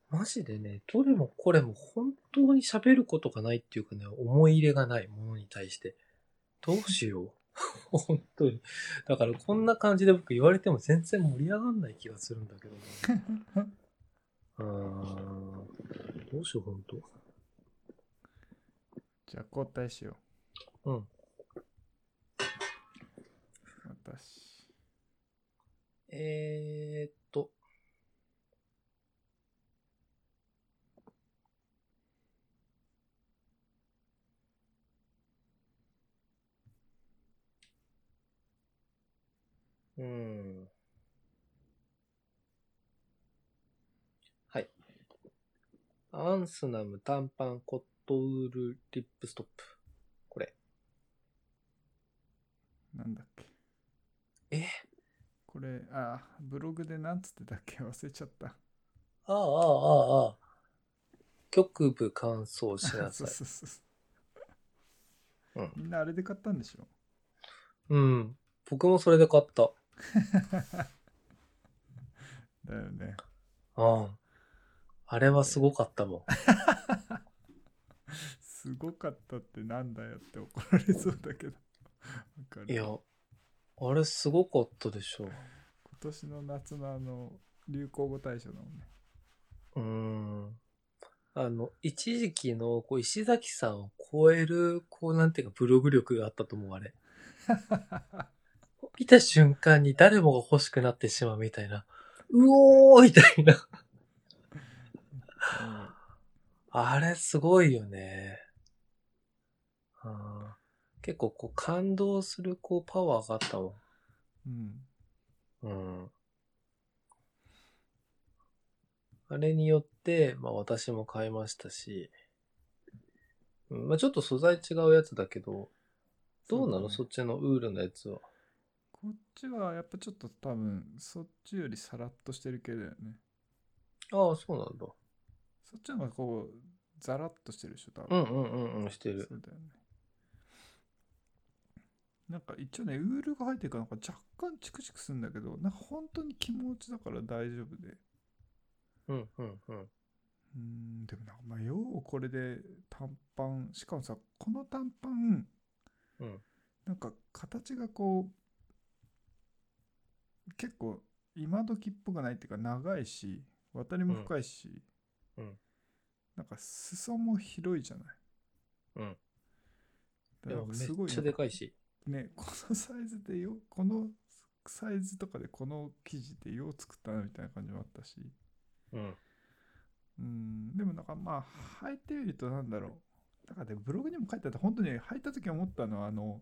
マジでね、どれもこれも本当に喋ることがないっていうかね、思い入れがないものに対して。どう しよう。本当に。だからこんな感じで僕言われても全然盛り上がんない気がするんだけどね。うーん。どうしよう、本じゃあ交代しよ当。うん。う。私。えーっと。うん。はい。アンスナム短パンコットウールリップストップ。これ。なんだっけ。えこれ、あ、ブログでなんつってたっけ忘れちゃった。ああ、ああ、ああ。局部乾燥しなそうそさい。うそうそううんみんなあれで買ったんでしょうん。僕もそれで買った。だよね。うん。あれはすごかったもん。すごかったってなんだよって怒られそうだけど。わかるいや、あれすごかったでしょ。今年の夏のあの流行語大賞だもんね。うーん。あの、一時期のこう石崎さんを超える、こうなんていうかブログ力があったと思う、あれ。 見た瞬間に誰もが欲しくなってしまうみたいな。うおーみたいな。あれすごいよね。うん結構こう感動するこうパワーがあったもん。うん。うん。あれによって、まあ私も買いましたし、うんまあちょっと素材違うやつだけど、どうなのそ,、っっちのウールのやつは。こっちはやっぱちょっと多分そっちよりさらっとしてる系だよね。ああ、そうなんだ。そっちの方がこうザラッとしてるでしょ多う分。んうんうんうん、してるそ。うだよね。なんか一応ねウールが入ってるからなんか若干チクチクするんだけどなんか本当に気持ちだから大丈夫で。うんうんうん。うーんでもなんかまあようこれで短パンしかもさこの短パンうんなんか形がこう結構今時っぽくないっていうか長いし渡りも深いし、うんなんか裾も広いじゃないうん。だでからなもんかめすごっいちゃでかいし。ねこのサイズでよこのサイズとかでこの生地でよう作ったなみたいな感じもあったしうん。うんでもなんかまあ履いてみるとなんだろうなんかでブログにも書いてあった本当に履いた時思ったのはあの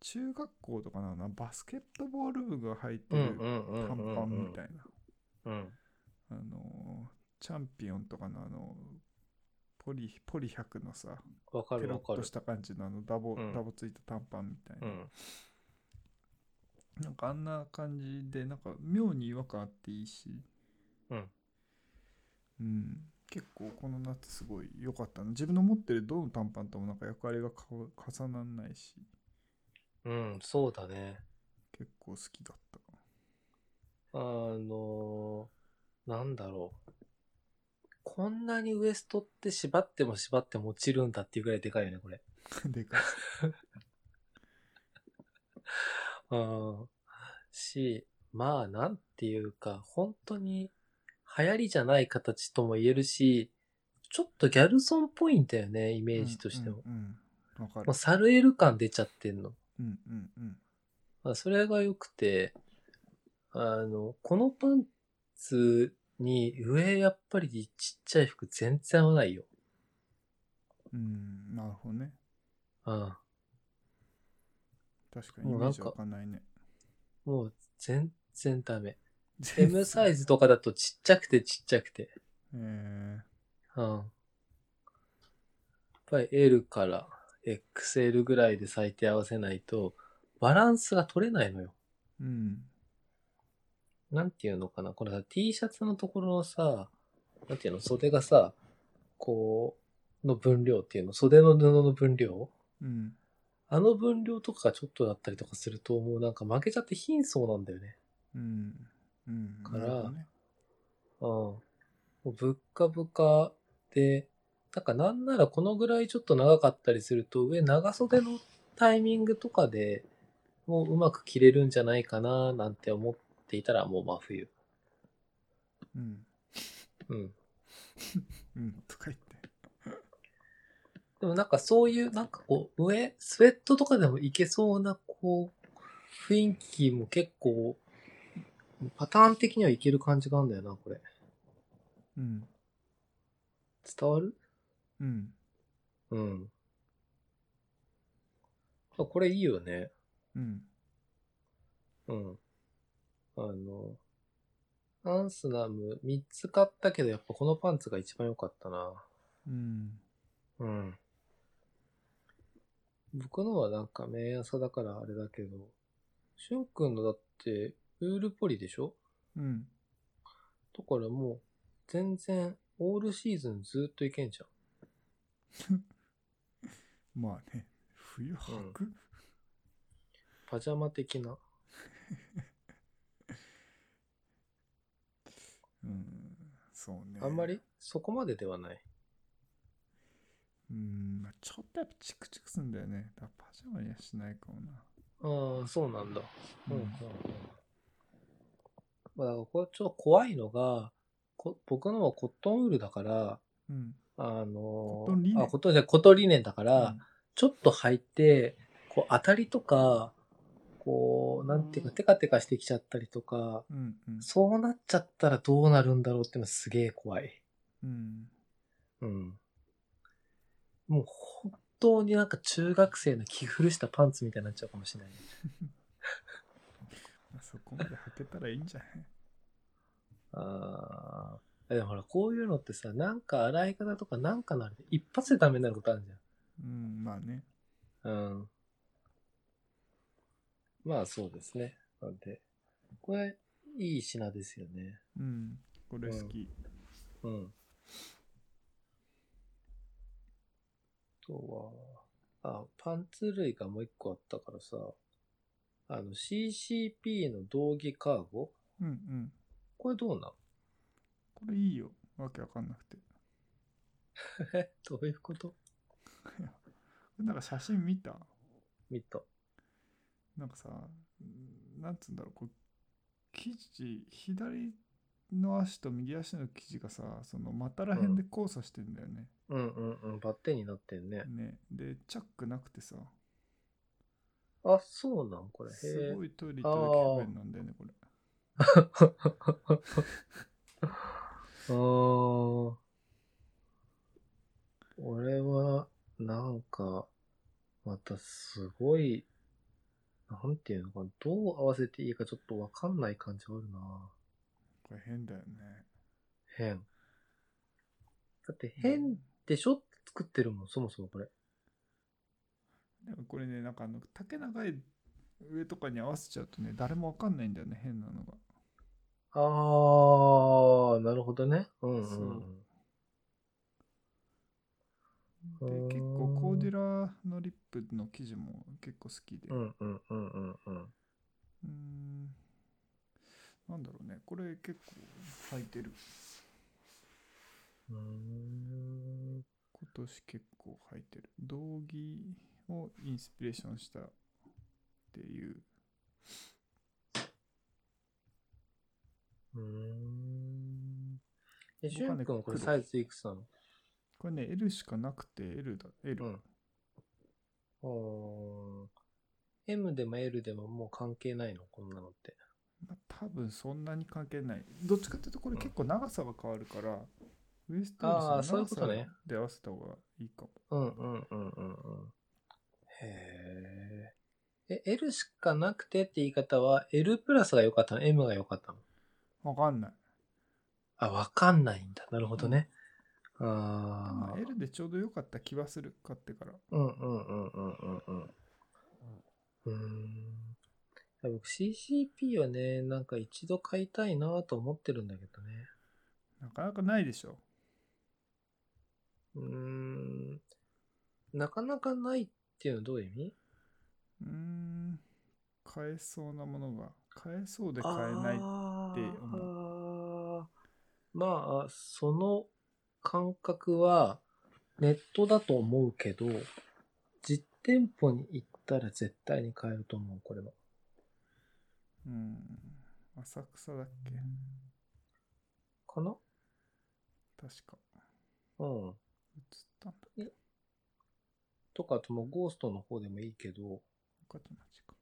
中学校とかなのかなバスケットボール部が履いてうんるうんうんうん。短パンみたいなな。うん。あのチャンピオンとかのあのポリポリ100のさわかペるロわかッとるし。た感じのあのダボ、うんダボついた短パンみたいうな、ん。なんかあんな感じでなんか妙に違和感あっていいしうんうん結構この夏すごい良かったな自分の持ってるどの短パンともなんか役割がかわ重なんないしうん、そうだね。結構好きだったかなあのーなんだろう。こんなにウエストって縛っても縛っても落ちるんだっていうぐらいでかいよね、これ。 でかいうん。し、まあ、なんていうか、本当に流行りじゃない形とも言えるし、ちょっとギャルソンっぽいんだよね、イメージとしても。うんうんうんわ、かもるうサルエル感出ちゃってんの。うんうんうんまあ、それが良くて、あの、このパンツに上やっぱりちっちゃい服全然合わないよ。うんなるほどねうん。確かにイメージわかんないねもう全然ダメ。全 然 M サイズとかだとちっちゃくてちっちゃくて。えうん。やっぱり L から XL ぐらいで最低合わせないと、バランスが取れないのよ。ー、うんなんていうのかな。これさ、T シャツのところのさ、なんていうの、袖がさ、こう、の分量っていうの、袖の布の分量うんあの分量とかがちょっとだったりとかすると、もうなんか負けちゃって貧相なんだよね。うん。うん。からなるほどねうん。もうぶっかぶかで、なんかなんならこのぐらいちょっと長かったりすると、上長袖のタイミングとかでもううまく着れるんじゃないかななんて思っていたらもう真冬。うん。うん。うん。とか言って。でもなんかそういう、なんかこう、上、スウェットとかでもいけそうな、こう、雰囲気も結構、パターン的にはいける感じがあるんだよな、これ。うん。伝わるうん。うん。あ、これいいよね。うん。うん。あの、アンスナム3つ買ったけど、やっぱこのパンツが一番良かったな。うん。うん。僕のはなんか名朝だからあれだけど、しゅんくんのだって、ウールポリでしょうん。だからもう、全然、オールシーズンずっといけんじゃん。まあね。冬履く、パジャマ的な。うん、そうね。あんまり、そこまでではない。うん、まあちょっとやっぱチクチクすんだよね。だからパジャマにはしないかもな。ああ、そうなんだ。ううんんうんうんまあ、だからこれちょっと怖いのが、こ僕のはコットンウールだから、うん。あのッートンリネンあ、コットンじゃないコットンリネンだから、ちょっと履いて、こう当たりとか、こう、なんていうか、テカテカしてきちゃったりとか、うん、うん、うん。そうなっちゃったらどうなるんだろうっていうのすげえ怖い。うん。うん。もう本当になんか中学生の着古したパンツみたいになっちゃうかもしれない。まあそこまで履けたらいいんじゃないああ。でもほら、こういうのってさ、なんか洗い方とかなんかなる一発でダメになることあるじうん、まあね。ゃん。うん。まあそうですね。なんで、これ、いい品ですよね。うん。これ好き。うん。あとは、あ、パンツ類がもう一個あったからさ、あの CCP の道着カーゴうん、うん。これどうなん これいいよ。わけわかんなくて。 えどういうことなんか写真見た見た。なんかさ、うんなんつうんだろう、こう、生地、左の足と右足の生地がさ、その股ら辺で交差してんだよね。うんうんうん、バッテンになってんね。ね。で、チャックなくてさ、あ、そうなんこれ。へすえご。いトイレ行った時不便なんだよね、これ。あー俺は、なんか、またすごい、なんていうのかな、どう合わせていいかちょっとわかんない感じあるなこれ変だよね。変。だって変でしょって作ってるもん、そもそもこれ。でもこれね、なんかあの、丈長い上とかに合わせちゃうとね、誰もわかんないんだよね、変なのが。あー、なるほどね。うんうんそううん。で、うーん結構コーデュラのリップの生地も結構好きで。うんうんうんうんうん。うーんなんだろうねこれ結構履いてるうーん今年結構履いてる道着をインスピレーションしたっていううーん。え、し僕ゅはんねくんはこれ黒サイズいくつなのこれね L しかなくて L だ L、うん。お M でも L でももう関係ないのこんなのって。まあ、多分そんなに関係ないどっちかっていうとこれ結構長さが変わるから、ウエストよりあーその長そういうことねさで合わせた方がいいかもうんうんうんうんうん。へえ。え、L しかなくてって言い方は L プラスが良かったの ?M が良かったのわかんないあ、わかんないんだ。なるほどね。であもあ。 L でちょうど良かった気はする買ってからうんうんうんうんうんうん。うーん。いや僕 CCP はね、なんか一度買いたいなと思ってるんだけどね。なかなかないでしょうーん。なかなかないっていうのはどういう意味うーん買えそうなものが買えそうで買えないって思う。まあ、その感覚はネットだと思うけど、実店舗に行ったら絶対に買えると思う、これは。うん浅草だっけかな確かうん。映ったんだとか、あともうゴーストの方でもいいけど、他と同じか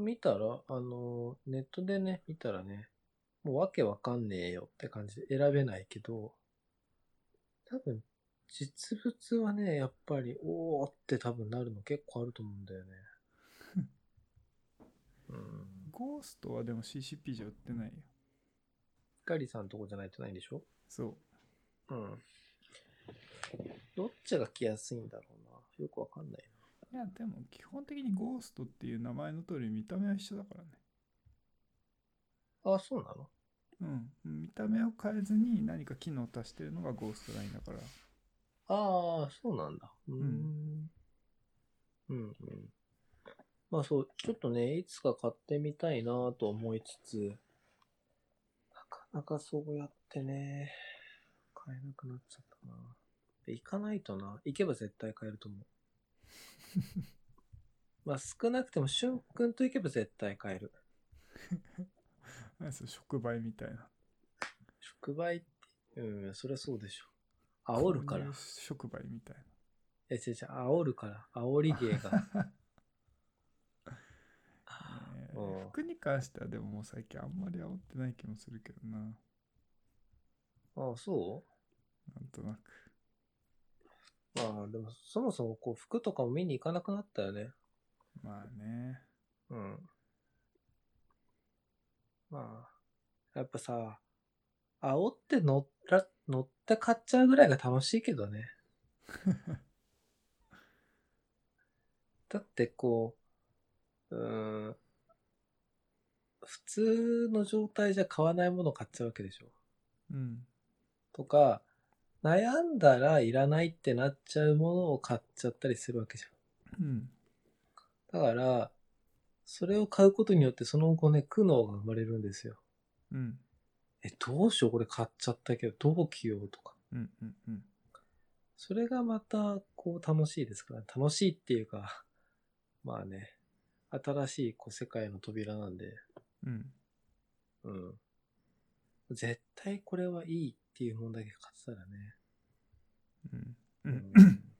見たら、あの、ネットでね、見たらね、もうわけわかんねえよって感じで選べないけど、多分、実物はね、やっぱり、おーって多分なるの結構あると思うんだよね。うん。ゴーストはでも CCP じゃ売ってないよガリさんとこじゃないとないんでしょそううん。どっちが来やすいんだろうな。よくわかんないいやでも基本的にゴーストっていう名前の通り見た目は一緒だからねな。あ、そうなのうん見た目を変えずに何か機能を足してるのがゴーストラインだからああ、そうなんだ。うー。うんうん、うん。まあそう、ちょっとね、いつか買ってみたいなと思いつつ、なかなかそうやってね、買えなくなっちゃったな。行かないとな。行けば絶対買えると思う。まあ少なくても、しゅんくんと行けば絶対買える。何それ触媒みたいな触媒って、うん、そりゃそうでしょ。煽るから購入。触媒みたいえ、違う違う、煽るから。煽り 芸が。な、ねえうん服に関してはでももう最近あんまり煽ってない気もするけどななああ、そうんとなくまあでもそもそもこう服とかも見に行かなくなったよね。まあねうん。まあ、やっぱさ、煽って乗ら、乗って買っちゃうぐらいが楽しいけどね。だってこう、うーん、普通の状態じゃ買わないものを買っちゃうわけでしょ。うんとか、悩んだらいらないってなっちゃうものを買っちゃったりするわけじゃん。うんだから、それを買うことによってその後ね、苦悩が生まれるんですよ。うんえ、どうしようこれ買っちゃったけど、どう着ようとか。うんうんうんそれがまた、こう、楽しいですから、楽しいっていうか、まあね、新しいこう世界の扉なんで、うんうん。絶対これはいいっていうもんだけ買ってたらね。うんううんん、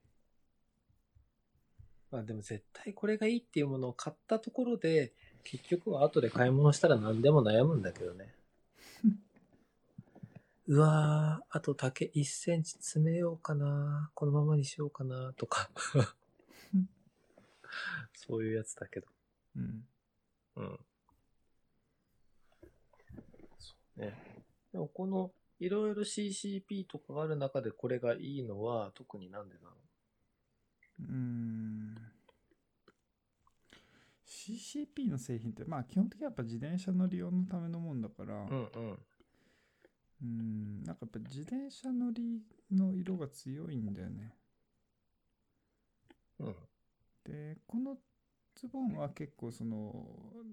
まあでも絶対これがいいっていうものを買ったところで、結局は後で買い物したら何でも悩むんだけど ね。うわー、あと丈1センチ詰めようかな、このままにしようかな、と か。そういうやつだけど。うんうん。そうね。でもこの、いろいろ CCP とかがある中でこれがいいのは特になんでなのうーん CCP の製品ってまあ基本的にはやっぱ自転車の利用のためのもんだからうんんうん。んなんかやっぱ自転車乗りの色が強いんだよねうん。でこのズボンは結構その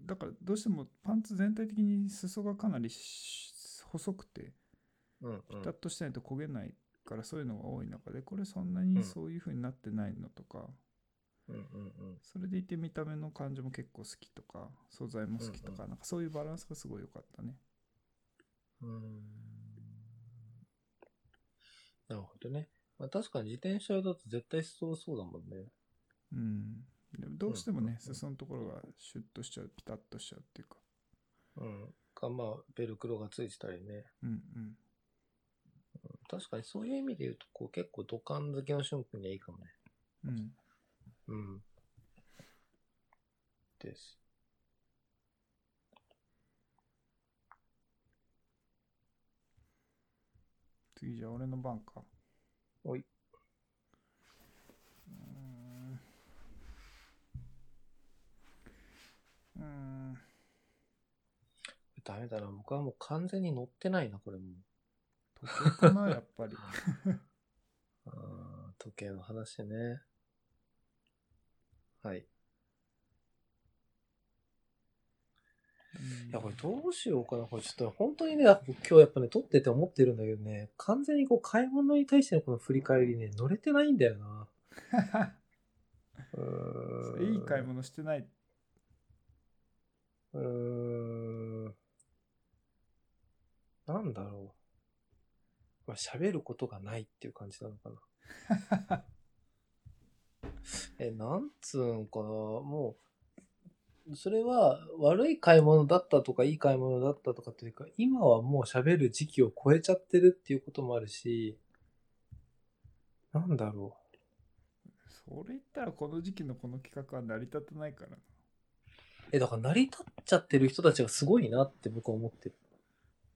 だからどうしてもパンツ全体的に裾がかなりし細くてうん、うピんタッ。としてないと焦げないからそういうのが多い中でこれそんなうにんそういう風になってないのとかうんうんうん。それでいて見た目の感じも結構好きとか素材も好きとうんかなんかそういうバランスがすごい良かったねうーんなるほどね。まあ、確かに自転車用だと絶対そうそうだもんね。うんでもどうしてもうんうんねうん裾のところがシュッとしちゃうピタッとしちゃうっていうかうん。か、まあ、ベルクロがついてたりね。うんうん確かにそういう意味で言うと、こう結構土管好きの瞬間にはいいかもね。うんうん。です。次じゃあ俺の番かおい。うーんうーんダメだな。僕はもう完全に乗ってないな、これもう。時計かなやっぱりあー時計の話ね。はい。 いや、これ どうしようかな。これちょっと本当にね、今日やっぱね、撮ってて思ってるんだけどね、完全にこう買い物に対してのこの振り返りね、乗れてないんだよな。うーんいい買い物してない。うーん。なんだろう。まあ、喋ることがないっていう感じなのかな。え、なんつうんかな。もう、それは悪い買い物だったとかいい買い物だったとかっていうか、今はもう喋る時期を超えちゃってるっていうこともあるし、なんだろう。それ言ったらこの時期のこの企画は成り立たないからな。え、だから成り立っちゃってる人たちがすごいなって僕は思ってる。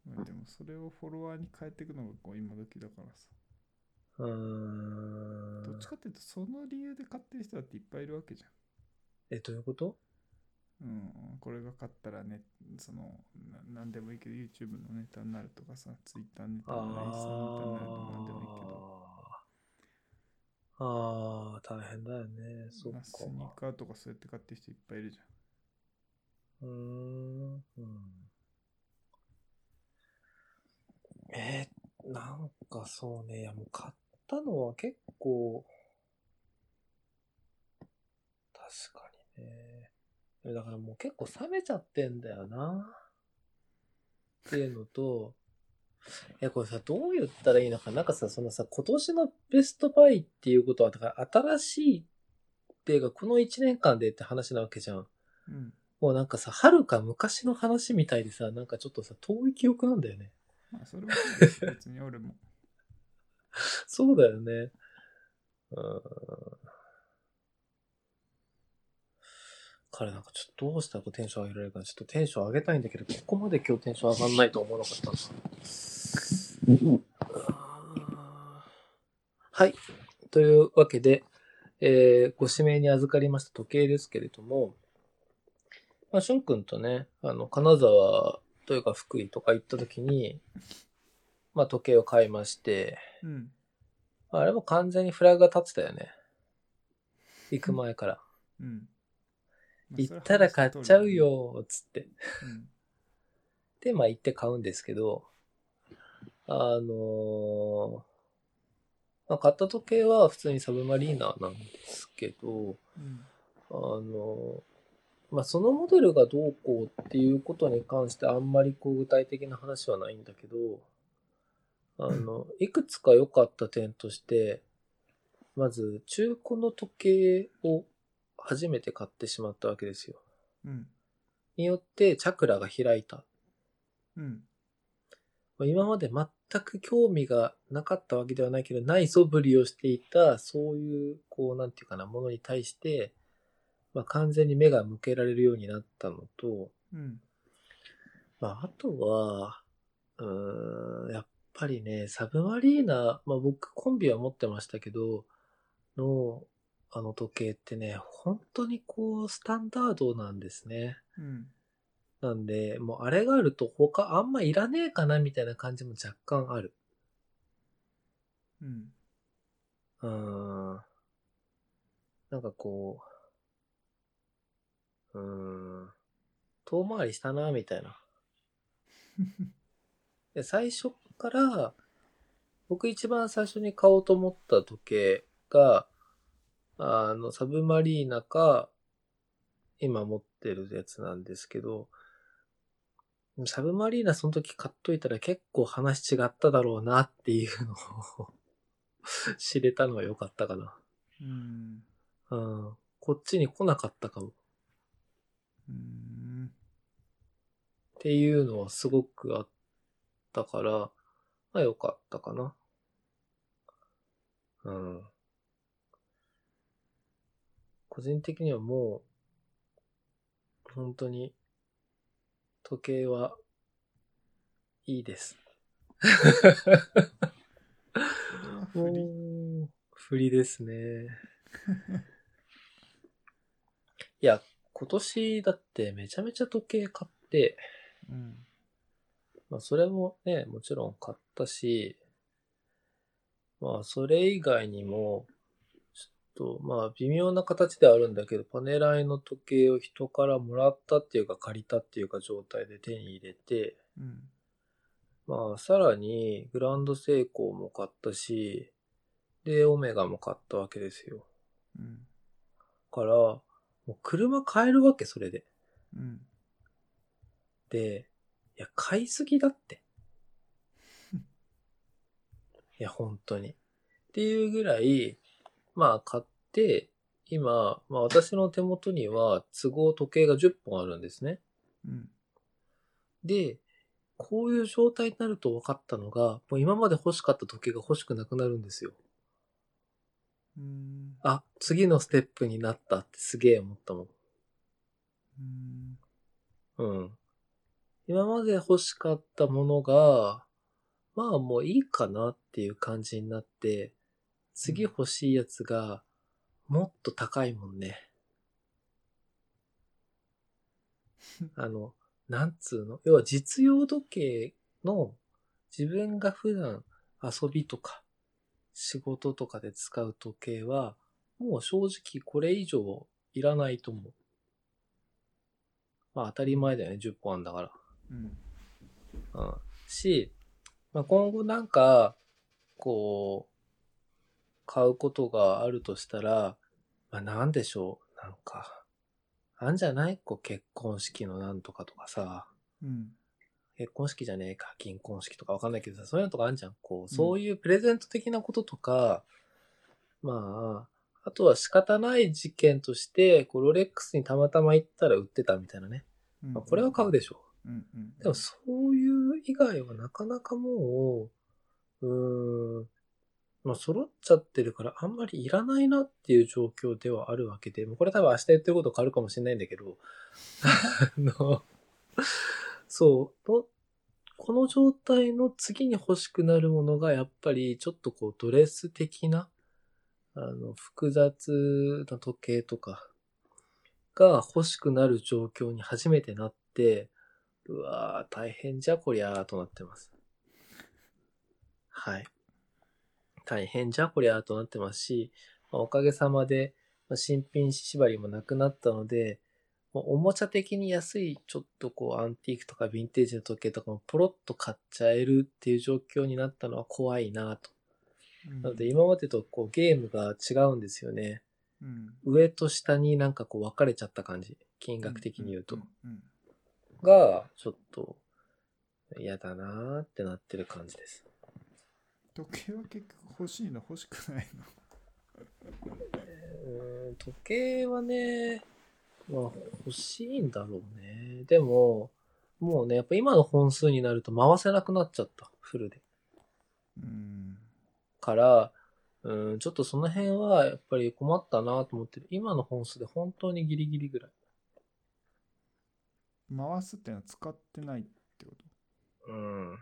うんでもそれをフォロワーに変えていくのがこう今時だからさ。うーどっんち。かっていうとその理由で買ってる人だっていっぱいいるわけじゃん。え、どういうことうん、これが買ったらね、その、ななんでもいいけど、YouTube のネタになるとかさ、Twitter のネタあになる、インスタのネタになるとかなんでもいいけど、あーあー、大変だよね。そっまかあ。スニーカーとかそうやって買ってる人いっぱいいるじゃん。うーん。うんえーなんかそうね、いやもう買ったのは結構、確かにね。いやだからもう結構冷めちゃってんだよな。っていうのと、いやこれさ、どう言ったらいいのか、なんかさ、そのさ、今年のベストバイっていうことは、だから新しいっていうか、この1年間でって話なわけじゃん。うん。もうなんかさ、はるか昔の話みたいでさ、なんかちょっとさ、遠い記憶なんだよね。まあ、それもそう です別に俺も。そうだよね。うーん。からなんかちょっとどうしたらこうテンション上げられるかな。ちょっとテンション上げたいんだけど、ここまで今日テンション上がんないと思わなかったんだ。あーはい。というわけで、えーご指名に預かりました時計ですけれども、まあ、しゅんくんとね、あの、金沢というか福井とか行った時に、まあ、時計を買いまして、うん。あれも完全にフラグが立ってたよね。行く前から。うん。まあ行ったら買っちゃう。よ、つって。それは話の通りだねで、まあ行って買うんですけど、あのーまあ、買った時計は普通にサブマリーナなんですけど、うん。うんあのーまあそのモデルがどうこうっていうことに関してあんまりこう具体的な話はないんだけど、あの、いくつか良かった点として、まず中古の時計を初めて買ってしまったわけですよ。うん。によってチャクラが開いたうん。まあ今まで全く興味がなかったわけではないけど、ない素振りをしていた、そういう、こう、なんていうかな、ものに対して、まあ、完全に目が向けられるようになったのと、うん。まあ、あとは、うーん、やっぱりね、サブマリーナ、まあ、僕、コンビは持ってましたけど、の、あの時計ってね、本当にこう、スタンダードなんですね。うん。なんで、もうあれがあると他あんまいらねえかなみたいな感じも若干ある。うん。うーんなんかこう、うーん、遠回りしたな、みたいな。で最初から、僕一番最初に買おうと思った時計が、あの、サブマリーナか、今持ってるやつなんですけど、サブマリーナその時買っといたら結構話違っただろうなっていうのを 知れたのは良かったかな。うん。うん。こっちに来なかったかも。っうん。ていうのはすごくあったから、まあ良かったかな。うん。個人的にはもう、本当に、時計はいいです。それは不利。おー振りです ね。いや、今年だってめちゃめちゃ時計買って、うん。まあそれもね、もちろん買ったし、まあそれ以外にも、ちと、まあ、微妙な形ではあるんだけど、パネライの時計を人からもらったっていうか、借りたっていうか状態で手に入れて、うんまあ、さらに、グランドセイコーも買ったし、で、オメガも買ったわけですよ。うんから、もう車買えるわけ、それで。うんで、いや、買いすぎだって。いや、本当に。っていうぐらい、まあ、買って、今、まあ、私の手元には、都合時計が10本あるんですね。うんで、こういう状態になると分かったのが、もう今まで欲しかった時計が欲しくなくなるんですよ。うんあ、次のステップになったってすげえ思ったもん。うんうん。今まで欲しかったものが、まあもういいかなっていう感じになって、次欲しいやつが、もっと高いもんね。あの、なんつうの要は実用時計の自分が普段遊びとか仕事とかで使う時計は、もう正直これ以上いらないと思う。まあ当たり前だよね、10本あんだから。うんうん。し、まあ、今後なんか、こう、買うことがあるとしたら、まあ、なんでしょう、なんか。あんじゃないこう結婚式のなんとかとかさ、うん結婚式じゃねえか、銀婚式とかわかんないけどさ、そういうのとかあんじゃん。こう、そういうプレゼント的なこととか、まあ、あとは仕方ない事件として、こうロレックスにたまたま行ったら売ってたみたいなね。うんまあ、これは買うでしょう。うんうんでもそういう以外はなかなかもう、うーん、まあ揃っちゃってるからあんまりいらないなっていう状況ではあるわけで、もうこれ多分明日言ってること変わるかもしれないんだけど、 あの、そう、とこの状態の次に欲しくなるものがやっぱりちょっとこうドレス的な、あの、複雑な時計とかが欲しくなる状況に初めてなって、うわー、大変じゃこりゃーとなってます。はい。大変じゃこりゃーとなってますし、まあおかげさまで、まあ新品縛りもなくなったので、もうおもちゃ的に安い、ちょっとこう、アンティークとかヴィンテージの時計とかもポロッと買っちゃえるっていう状況になったのは怖いなと。うんなので今までとこう、ゲームが違うんですよね。うん上と下になんかこう、分かれちゃった感じ。金額的に言うと。んうんが、ちょっと、嫌だなーってなってる感じです。時計は結局欲しいの欲しくないのうーん、時計はね、まあ欲しいんだろうね。でも、もうね、やっぱ今の本数になると回せなくなっちゃった、フルで。うんから、うん、ちょっとその辺はやっぱり困ったなと思ってる。今の本数で本当にギリギリぐらい。回すってのは使ってないってことうん、うん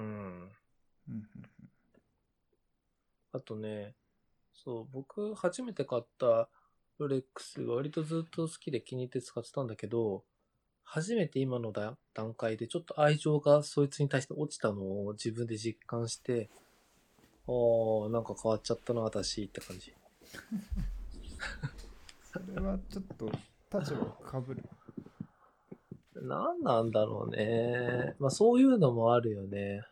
うん。んうんあとね、そう、僕初めて買ったロレックスは割とずっと好きで気に入って使ってたんだけど、初めて今のだ段階でちょっと愛情がそいつに対して落ちたのを自分で実感して、あー、なんか変わっちゃったな、私って感じ。それはちょっと立場かぶるなんなんだろうね。まあそういうのもあるよね。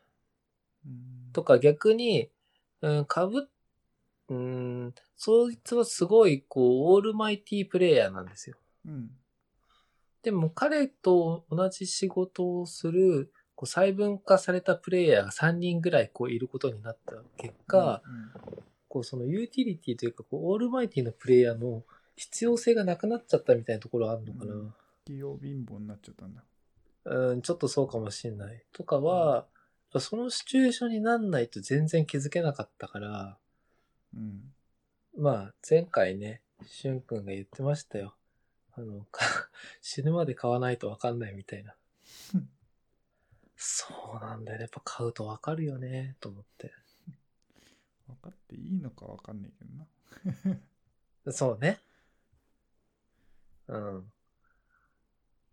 うんとか逆に、うん、かぶっ、うん、そいつはすごい、こう、オールマイティープレイヤーなんですよ。うんでも彼と同じ仕事をする、こう細分化されたプレイヤーが3人ぐらいこういることになった結果、こうそのユーティリティというかこうオールマイティのプレイヤーの必要性がなくなっちゃったみたいなところはあるのかな。うん器用貧乏になっちゃったんだうん、ちょっとそうかもしれない。とかは、そのシチュエーションになんないと全然気づけなかったから、うんまあ前回ね、しゅんくんが言ってましたよ。あの、か 死ぬまで買わないとわかんないみたいな。そうなんだよね。やっぱ買うとわかるよね、と思って。分かっていいのか分かんないけどなそうね。うん。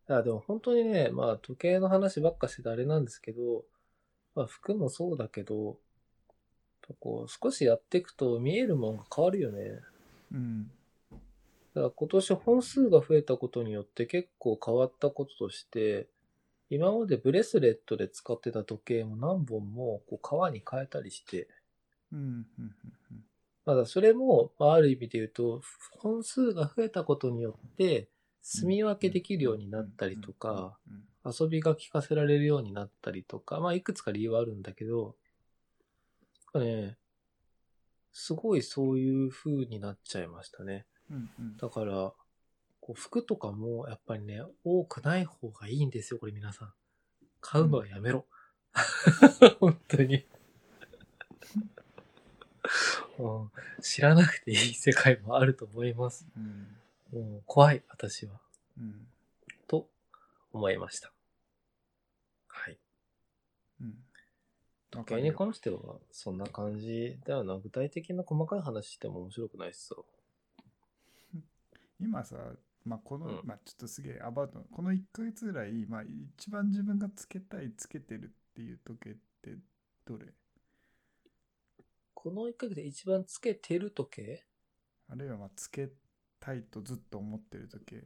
いや、でも本当にね、まあ時計の話ばっかしててあれなんですけど、まあ服もそうだけど、とこう、少しやっていくと見えるもんが変わるよね。うんだから今年本数が増えたことによって結構変わったこととして、今までブレスレットで使ってた時計も何本もこう革に変えたりして、うんうんまだそれも、まあ、ある意味で言うと、本数が増えたことによって、住み分けできるようになったりとか、うん遊びが聞かせられるようになったりとか、まあ、いくつか理由はあるんだけど、なんかね、すごいそういう風になっちゃいましたね。うんうんだから、こう服とかもやっぱりね、多くない方がいいんですよ、これ皆さん。買うのはやめろ。 本当に、うん。知らなくていい世界もあると思います。うんうん怖い、私は。うんと思いました。はい。うんわ時計に関してはそんな感じだよな。具体的な細かい話しても面白くないっすよ。今さ、まあ、この、うんまあ、ちょっとすげえアバウトなこの1ヶ月ぐらい、まあ、一番自分がつけたいつけてるっていう時計ってどれこの1ヶ月で一番つけてる時計あるいはまあつけたいとずっと思ってる時計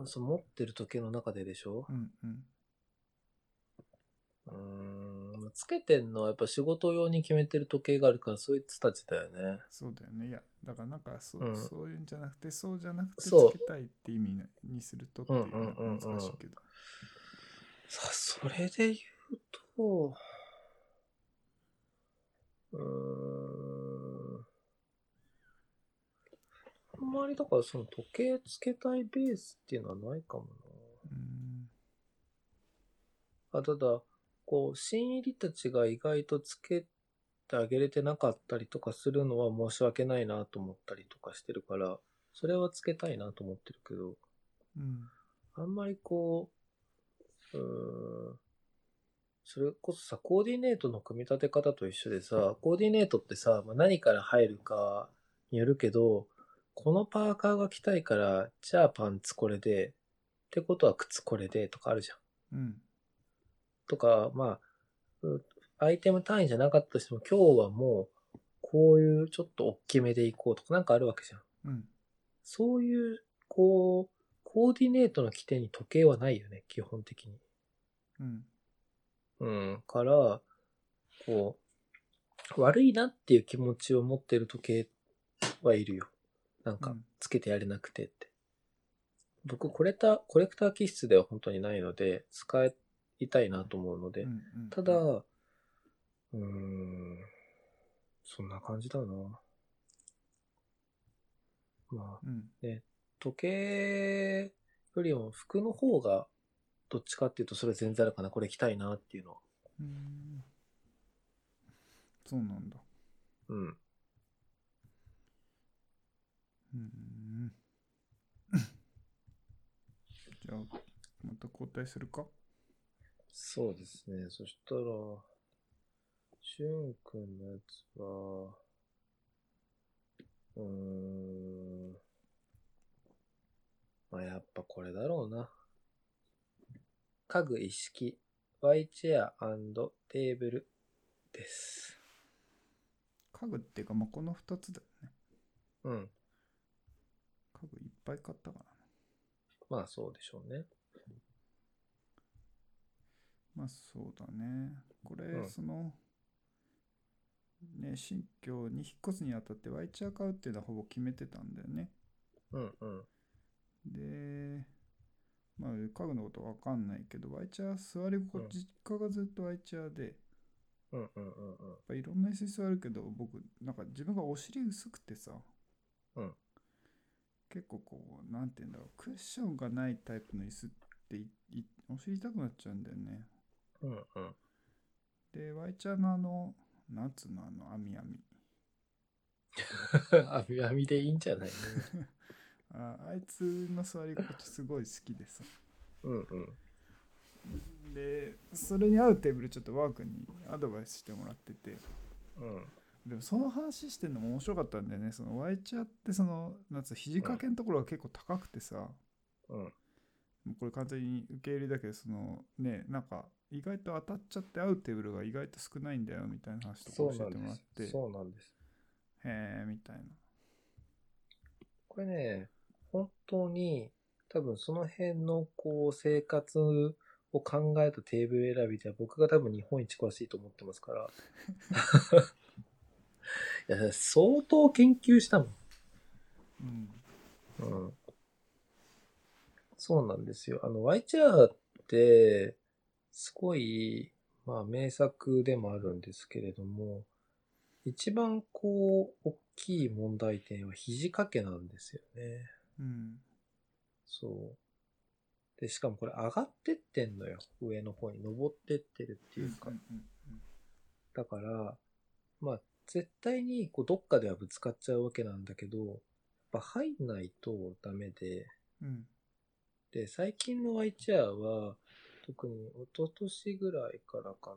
うんそう持ってる時計の中ででしょうんうんうーん、つけてんのはやっぱ仕事用に決めてる時計があるから、そういう人たちだよね。そうだよねいやだからなんかそう,、うんそういうんじゃなくてそうじゃなくてつそうけたいって意味なにするとっていうのはうんうんうんうん難しいけどさあ、それで言うと、うーん。あんまりだからその時計つけたいベースっていうのはないかもうんな。あ、ただ、こう、新入りたちが意外とつけてあげれてなかったりとかするのは申し訳ないなと思ったりとかしてるから、それはつけたいなと思ってるけど、うんあんまりこう、うーん、それこそさ、コーディネートの組み立て方と一緒でさ、コーディネートってさ、まあ、何から入るかによるけど、このパーカーが着たいから、じゃあパンツこれで、ってことは靴これでとかあるじゃん。うんとか、まあ、うアイテム単位じゃなかったとしても、今日はもう、こういうちょっと大きめでいこうとかなんかあるわけじゃん。うんそういう、こう、コーディネートの規定に時計はないよね、基本的に。うんうん、から、こう、悪いなっていう気持ちを持ってる時計はいるよ。なんうかん、つけてやれなくてって。僕、コレタ、コレクター気質では本当にないので、使いたいなと思うので。うんうんただ、うーん、そんな感じだな。まあ、うん時計よりも服の方が、どっちかっていうと、それ全然あるかな。これ着たいなっていうのは。うんそうなんだうん。うん。じゃあ、また交代するかそうですね。そしたら、しゅんくんのやつは、うーん。まあ、やっぱこれだろうな。家具一式、ワイチェアテーブルです。家具っていうか、まあ、この2つだよね。うん。家具いっぱい買ったからな。まあそうでしょうね。まあ、そうだね。これ、うんその、ね、新居に引っ越すにあたってワイチャー買うっていうのはほぼ決めてたんだよね。うんうん。で、まあ、家具のことわかんないけど、ワイチャー座り心うん地、実家がずっとワイチャーで、やっうんうんうんうん。ぱいろんな椅子に座るけど、僕、なんか自分がお尻薄くてさ、うん結構こうなんて言うんだろうクッションがないタイプの椅子っていいお尻痛くなっちゃうんだよねうん うん。でワイちゃんのあのなんつうのあの網網あみあみでいいんじゃないああいつの座り心地すごい好きでさうんうん。でそれに合うテーブルちょっとワークにアドバイスしてもらっててうん。でもその話してんのも面白かったんだよねそのワイチャーってそのなんつうの肘掛けのところが結構高くてさ、うん。もうこれ完全に受け入れだけどそのねなんか意外と当たっちゃって合うテーブルが意外と少ないんだよみたいな話とかそう教なえてんもでらっすて。へそうなんです。えみたいな。これね、本当に、多分その辺のこう生活を考えたテーブル選びでは僕が多分日本一詳しいと思ってますから。いや、相当研究したもん。うん。うん。そうなんですよ。あの、ワイチャーって、すごい、まあ、名作でもあるんですけれども、一番こう、大きい問題点は肘掛けなんですよね。うん。そう。で、しかもこれ上がってってんのよ。上の方に登ってってるっていうか。んんうんだから、まあ、絶対にこうどっかではぶつかっちゃうわけなんだけど、やっぱ入んないとダメで、うん。で、最近のワイチェアは、特に一昨年ぐらいからか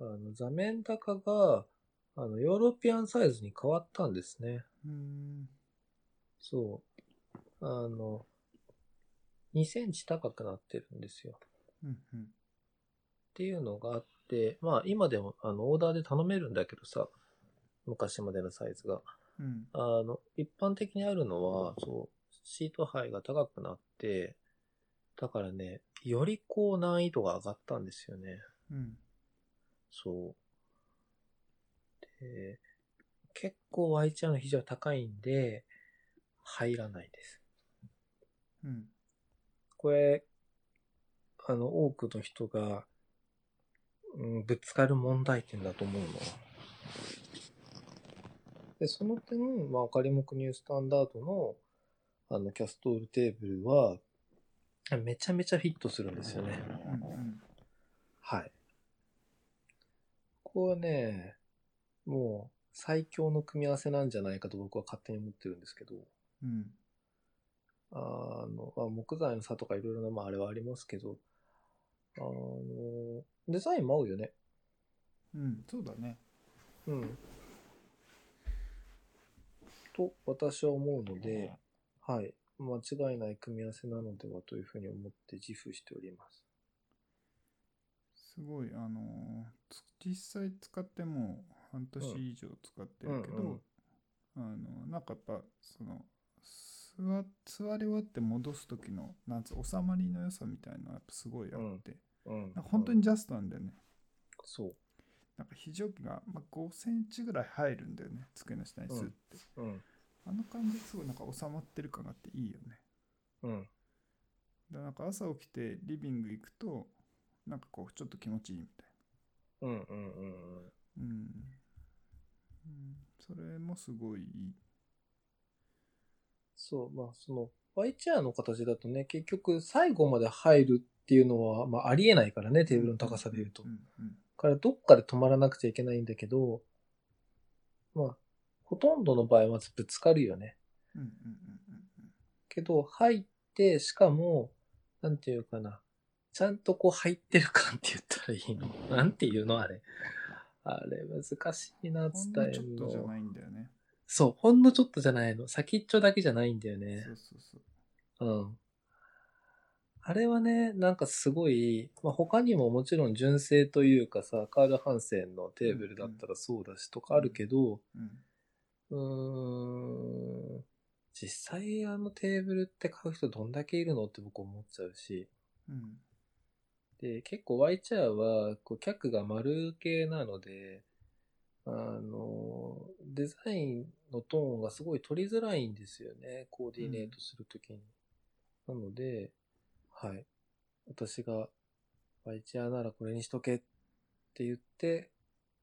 な、あの、座面高が、あの、ヨーロピアンサイズに変わったんですね。うん。そう。あの、2センチ高くなってるんですよ。うん。うん。っていうのがあって、まあ今でもあのオーダーで頼めるんだけどさ、昔までのサイズが。うん。あの、一般的にあるのは、そう、シート範囲が高くなって、だからね、よりこう難易度が上がったんですよね。うん。そう。で、結構 Y ちゃんの肘は高いんで、入らないです。うん。これ、あの、多くの人が、うん、ぶつかる問題点だと思うの。で、その点、まあ、仮目ニュースタンダードの、あの、キャストールテーブルは、めちゃめちゃフィットするんですよね。うん。はい。ここはね、もう、最強の組み合わせなんじゃないかと僕は勝手に思ってるんですけど。うん。あの、まあ、木材の差とかいろいろな、まあ、あれはありますけど、あの、デザインも合うよね。うん。そうだね。うん。と、私は思うので、はい。間違いない組み合わせなのではというふうに思って自負しております。すごい、あのーつ実際使ってもう半年うん以上使ってるけど、うんうんあのなんかやっぱその座座り終わって戻す時のなんつう収まりの良さみたいなのはやっぱすごいあって、うんなんか本当にジャストなんだよねそなんか非常器が、まあ、5センチぐらい入るんだよね机の下にスッて、う。うん。あの感じすごいなんか収まってる感があっていいよねうだん。からなんか朝起きてリビング行くとなんかこうちょっと気持ちいいみたいなうん。うん。うん。うん、うん、それもすごいいい。そう。まあ、その、Y チェアの形だとね、結局最後まで入るっていうのは、まあ、ありえないからね、テーブルの高さで言うとう。んうんからどっかで止まらなくちゃいけないんだけど、まあ、ほとんどの場合はぶつかるよね。うんうんけど、入って、しかも、なんていうかな、ちゃんとこう入ってる感って言ったらいいの。なんていうのあれ。あれ、難しいうな、んうん。ほん伝のえちょるっとじゃのな。いんだよね。そう、ほんのちょっとじゃないの。先っちょだけじゃないんだよねそ。うそうそう。うん。あれはね、なんかすごい、まあ、他にももちろん純正というかさ、カール・ハンセンのテーブルだったらそうだしとかあるけど、うんうーん、実際あのテーブルって買う人どんだけいるのって僕思っちゃうし、うんで、結構ワイチャーは、こう、脚が丸系なので、あの、デザインのトーンがすごい取りづらいんですよね、コーディネートするときに。なので、はい。私が、ワイチャーならこれにしとけって言って、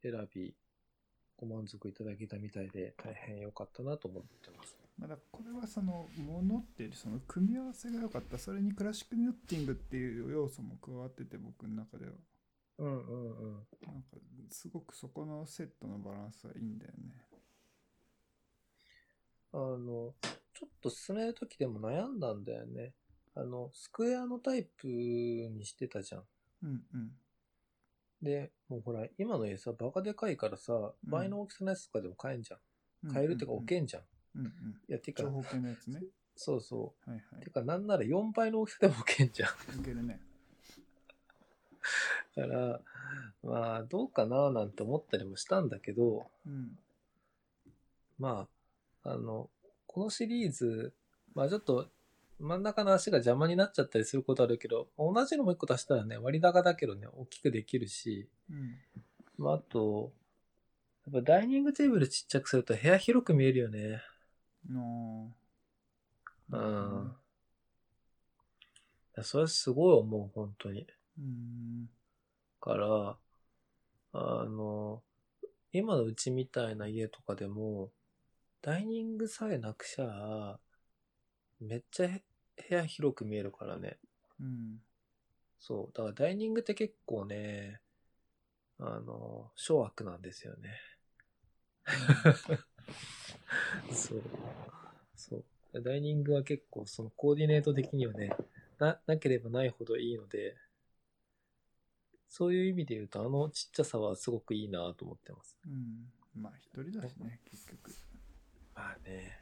選び、ご満足いただけたみたいで、大変良かったなと思ってます。まあだからこれはそのものっていうよりその組み合わせが良かったそれにクラシックニュッティングっていう要素も加わってて僕の中ではうんうんうん。なんかすごくそこのセットのバランスはいいんだよねあの、ちょっと進めるときでも悩んだんだよね。あの、スクエアのタイプにしてたじゃん。うんうんで、もうほら、今の家さ、バカでかいからさ、ん倍の大きさのやつとかでも買えんじゃうんん。買えるってか置けんんじゃん。うんうんいや、てか長、方形のやつねそうそ。はいうはいてか、なんなら4倍の大きさでも置けんじゃん。いけるねから、まあ、どうかななんて思ったりもしたんだけど、うんまあ、あの、このシリーズ、まあちょっと真ん中の足が邪魔になっちゃったりすることあるけど、同じのもう一個足したらね、割高だけどね、大きくできるし、うんまああと、やっぱダイニングテーブルちっちゃくすると部屋広く見えるよね。のうん。それすごい思う、本当に。うんから、あの、今のうちみたいな家とかでも、ダイニングさえなくちゃ、めっちゃへ部屋広く見えるからね。うんそう。だからダイニングって結構ね、あの、小悪なんですよね。 そう。そう。ダイニングは結構そのコーディネート的にはね、な、なければないほどいいので、そういう意味で言うとあのちっちゃさはすごくいいなと思ってます。うんまあ一人だしね結局まあね。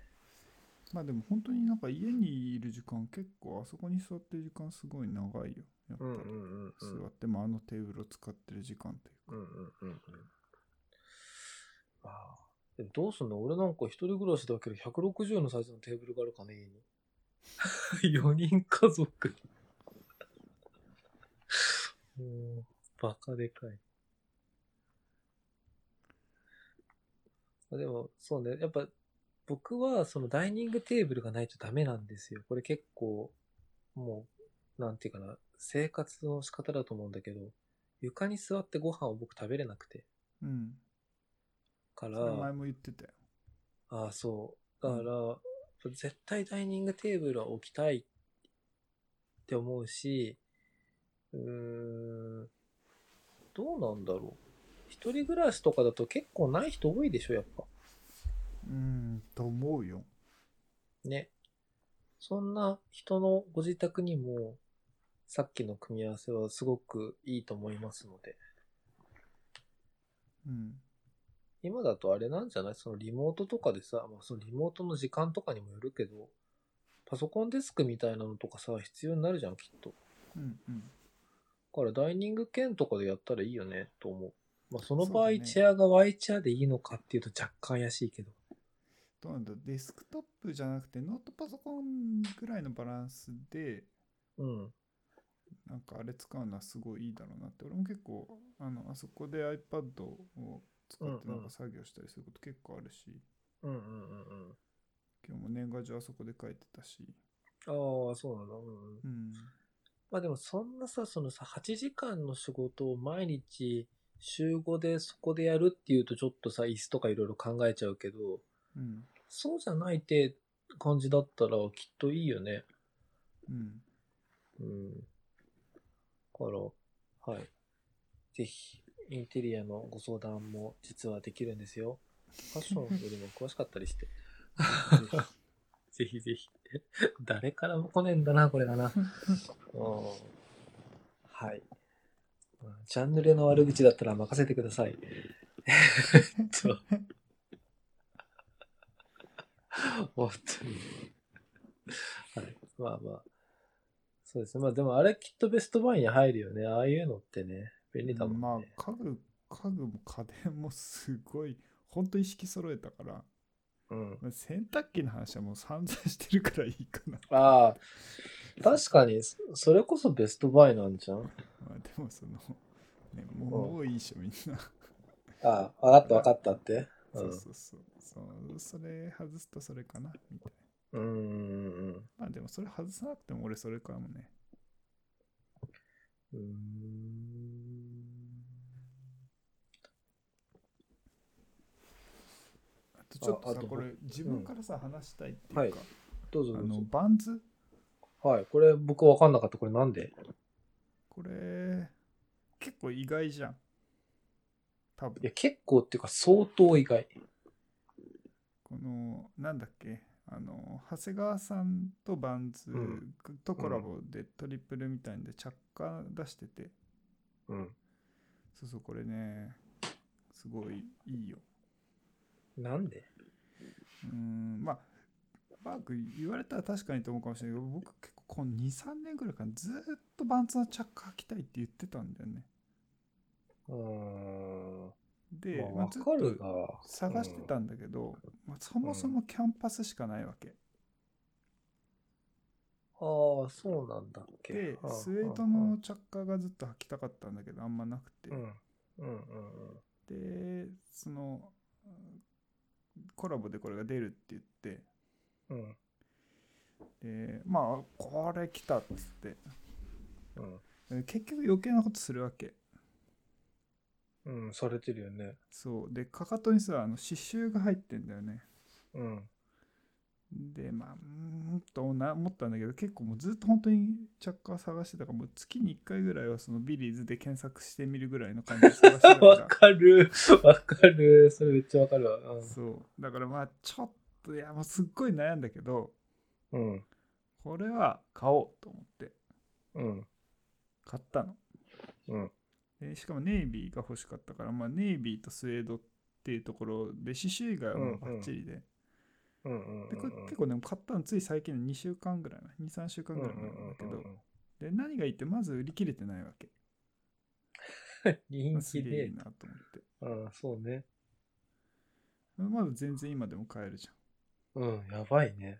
まあでも本当になんか家にいる時間結構あそこに座ってる時間すごい長いよやっぱうんうんりうんうん。座ってもあのテーブルを使ってる時間っていううかんうんうんうん。ああ。でもどうすんの俺なんか一人暮らしだけど160のサイズのテーブルがあるかね、家に。4人 家族。 もう、バカでかい。でも、そうね。やっぱ、僕はそのダイニングテーブルがないとダメなんですよ。これ結構、もう、なんていうかな、生活の仕方だと思うんだけど、床に座ってご飯を僕食べれなくて。うんかそれ前ら、も言ってたよああ、そう。だから、絶対ダイニングテーブルは置きたいって思うし、うーん、どうなんだろう。一人暮らしとかだと結構ない人多いでしょ、やっぱ。うんと思うよね。そんな人のご自宅にも、さっきの組み合わせはすごくいいと思いますので。うん今だとあれなんじゃないそのリモートとかでさ、まあ、そのリモートの時間とかにもよるけど、パソコンデスクみたいなのとかさ、必要になるじゃん、きっと。うんうんだからダイニング兼とかでやったらいいよね、と思う。まあ、そのそう場だ合、ねチェアが Y チェアでいいのかっていうと若干怪しいけど。どうなんだデスクトップじゃなくてノートパソコンぐらいのバランスでうん。なんかあれ使うのはすごいいいだろうなって俺も結構あのあそこで iPad を使ってうんなうんんか作業したりすること結構あるし、うんうんうんうん。今日も年賀状あそこで書いてたしああ、そうなんだ。うんうん。うんまあでもそんなさ、そのさ、8時間の仕事を毎日週5でそこでやるっていうとちょっとさ、椅子とかいろいろ考えちゃうけど、うんそうじゃないって感じだったらきっといいよね。うんうん。から、はい。ぜひ、インテリアのご相談も実はできるんですよ。ファッションよりも詳しかったりして。 ぜひぜひ。誰からも来ねえんだな、これがな。うんはい。ジャンヌレの悪口だったら任せてください。 えっと。本当に。はい。まあまあ。そうですね。まあでもあれきっとベストバイに入るよね。ああいうのってね。便利だもんね。まあ家具家具も家電もすごい本当意識揃えたからうん。まあ洗濯機の話はもう散々してるからいいかな、 ああ。確かに、そそれこそベストバイなんじゃん。まあ、でもその、ね、もうもういいっしょみんなああ、わかったわかったって。そうそうそうそうそれ外すとそれかなみたいなうん。うんうんうん。まあでもそれ外さなくても俺それからもねうーんあとちょっとあさあとこれ自分からさ、話したいっていうか、はいどうぞあどうのぞ。バンズはい、これ僕わかんなかった。これなんでこれ結構意外じゃん多分いや、結構っていうか相当意外。このなんだっけあの長谷川さんとバンズうんとコラボでトリプルみたいんで着火出してて、うん。そうそうこれねすごいいいよなんでうーんまあバーク言われたら確かにと思うかもしれないけど僕結構この23年ぐらいからずーっとバンズの着火履きたいって言ってたんだよねうーん。で、まあ、わずっかとるが。探してたんだけど、まあそもそもキャンパスしかないわけ。ああ、そうなんだっけ。ではあスウェードの。チャッカーがずっと履きたかったんだけどあんまなくて、はあはあうん。うんうんうん。でそのうんコラボでこれが出るって言ってうんでまあこれ来たっつってうん。で結局余計なことするわけうん、されてるよね。そうでかかとにさあの刺繍が入ってんだよねうん。でまあうーんとな思ったんだけど結構もうずっと本当にチャッカー探してたからもう月に1回ぐらいはそのビリーズで検索してみるぐらいの感じで探してたから わかる。わかる。それめっちゃわかるわ。そうだからまあちょっといやもうすっごい悩んだけどうん。うん。これは買おうと思ってうん。買ったのうん。でしかもネイビーが欲しかったから、まあ、ネイビーとスウェードっていうところで刺繍以外はもうバッチリで、うんうんうん。でこれ結構ね買ったのつい最近の2週間ぐらい23週間うんぐうらんい前なんだけうど、んうん。で何がいいってまず売り切れてないわけ人す気げえいでい。なと思ってうん、そうね。まだ全然今でも買えるじうん、やばいね。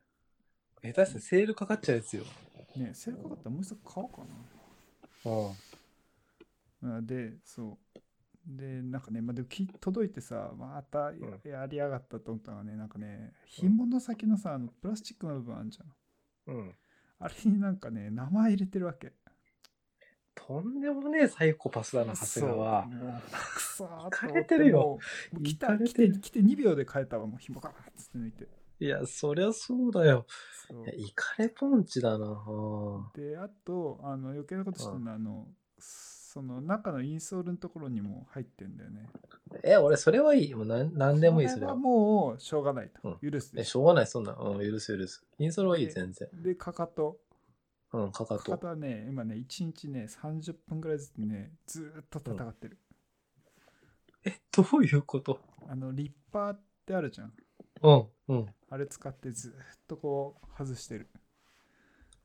下手したらセールかかっちゃうやつよ。ゃんねえセールかかったらもう一つ買おうかなうあでそうでなんかね、まあ、でもき届いてさまたやうやりやがったと思ったのがねなんかね紐の先のさあのプラスチックの部分あんじゃんん。うん。あれになんかね名前入れてるわけとんでもねえサイコパスだな、長谷川。そうもうくそーっとイカ思れっててるよもうもう来イカたれ来ててる来て2秒で変えたわもう紐がーっつって抜いていや、そりゃそうだよ。そういやイカレポンチだな。であとあの余計なことしてるのはあのその中のインソールのところにも入ってんだよねえ、俺、それはいい。もうなんなんでもいい、こそれれはは。もうしょうがないと、許すえ、でしょうがない、そんな。うん、許す、許す。インソールはいい、で全然。でかかとうん、かかかかと。とはね今ね1日ね30分ぐらいずつねずーっと戦ってる、え、どういうことあのリッパーってあるじゃんうん、うん。あれ使ってずーっとこう外してる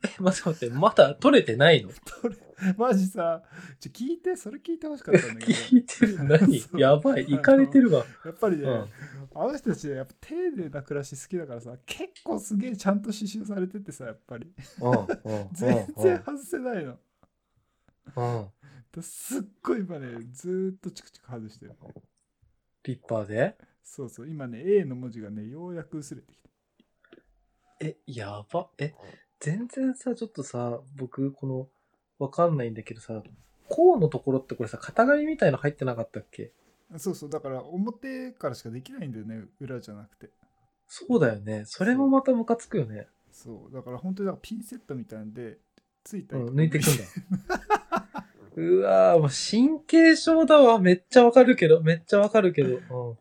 え、待って待って、まだ取れてないのそれマジさちょ聞いてそれ聞いてほしかったんだけど 聞いてる何そうやばい、イカれてるわ。やっぱりね、うんあの人たちねやっぱ丁寧な暮らし好きだからさ結構すげえちゃんと刺繍されててさやっぱりうん、うん、全然外せないのうん。うんすっごい今ねずーっとチクチク外してるリッパーでそうそう今ね A の文字がねようやく薄れてきたえ、やば。え、全然さ、ちょっとさ、僕、この、わかんないんだけどさ、甲のところってこれさ、型紙みたいの入ってなかったっけそうそうだから表からしかできないんだよね裏じゃなくてそうだよね。それもまたムカつくよね。そうだから本当にだからピンセットみたいなんでついたうりんと、か抜いてくんだ。うわぁ、もう神経症だわ。めっちゃわかるけど、めっちゃわかるけど。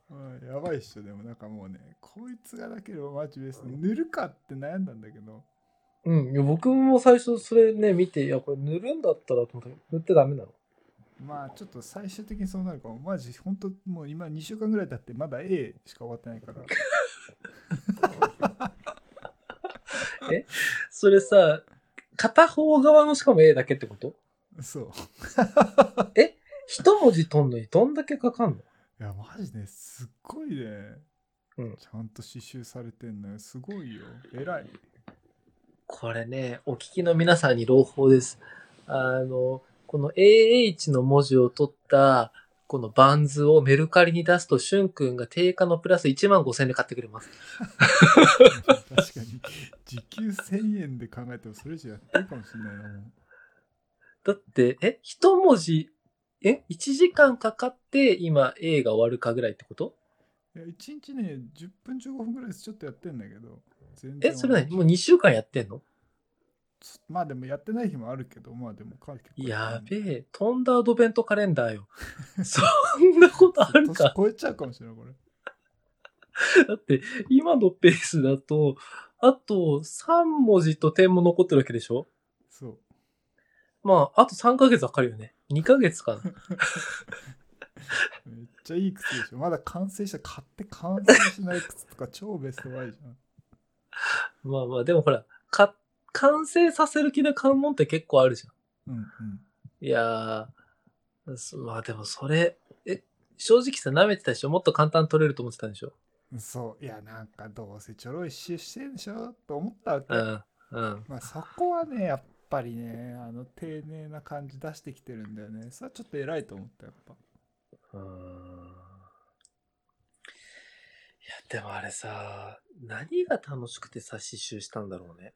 うんやばいっしょでもなんかもうねこいつがなければマジベース塗るかって悩んだんだけどうん。うん、いや僕も最初それね、見て、いや、これ塗るんだったらと思ったけど、塗ってダメなの。まあちょっと最終的にそうなるかもマジ本当もう今2週間ぐらい経ってまだ A しか終わってないからそれさ、片方側のしかも A だけってことそう一文字取んのにどんだけかかんのいやマジねすっごいね、うんちゃんと刺繍されてんのよすごいよ 偉いこれね、お聞きの皆さんに朗報です。あの、この AH の文字を取った、このバンズをメルカリに出すと、しゅんくんが定価のプラス1万5千円で買ってくれます。確かに時給1000円で考えてもそれじゃやってるかもしれないなもうだって、え、一文字、え、1時間かかって、今 A が終わるかぐらいってこといや1日ね10分15分ぐらいちょっとやってんだけど全え、それね何もう2週間やってんのまあでもやってない日もあるけどまあでもか結構やえべえ、飛んだアドベントカレンダーよ。そんなことある年か。超えちゃうかもしれないこれだって、今のペースだと、あと3文字と点も残ってるわけでしょそうまあ、あと3ヶ月はかかるよね。2ヶ月かな。めっちゃいい靴でしょまだ完成した買って完成しない靴とか超ベストバイじゃんまあまあ、でもほら、か、完成させる気で買うもんって結構あるじゃうんうんん。いやー、そまあでもそれ、え、正直さ、舐めてたでしょもっと簡単に取れると思ってたんでしょそういやなんかどうせちょろいししてんでしょと思ったわけ、うん、うん。まあ、そこはねやっぱりねあの丁寧な感じ出してきてるんだよねそれはちょっと偉いと思ったやっぱ うーんいや、でもあれさ、何が楽しくてさ、刺繍したんだろうね。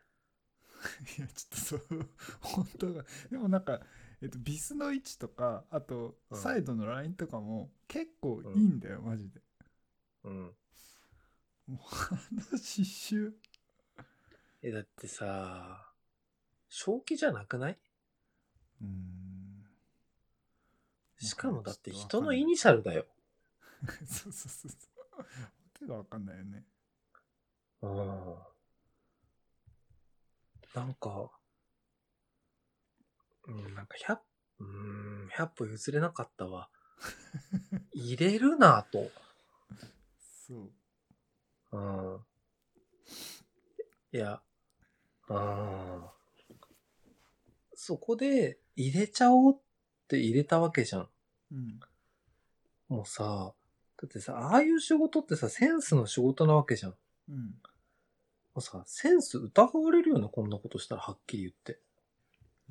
いやちょっとそう本当がでもなんか、えっと、ビスの位置とかあとうんサイドのラインとかも結構いいんだよ、マジでうん。もうあの刺繍え、だってさ、正気じゃなくないうーんしかもだってちょっ人とわかんのないイニシャルだよ。そうそうそうそうわけがわかんないよ ねうん。なんか、うん、なんか100、うーん、100歩譲れなかったわ。入れるなと。そううん。いや、うん。そこで入れちゃおうって入れたわけじゃん。うんもうさ、だってさ、ああいう仕事ってさ、センスの仕事なわけじゃん。もうんうさ、センス疑われるよね、こんなことしたらはっきり言って。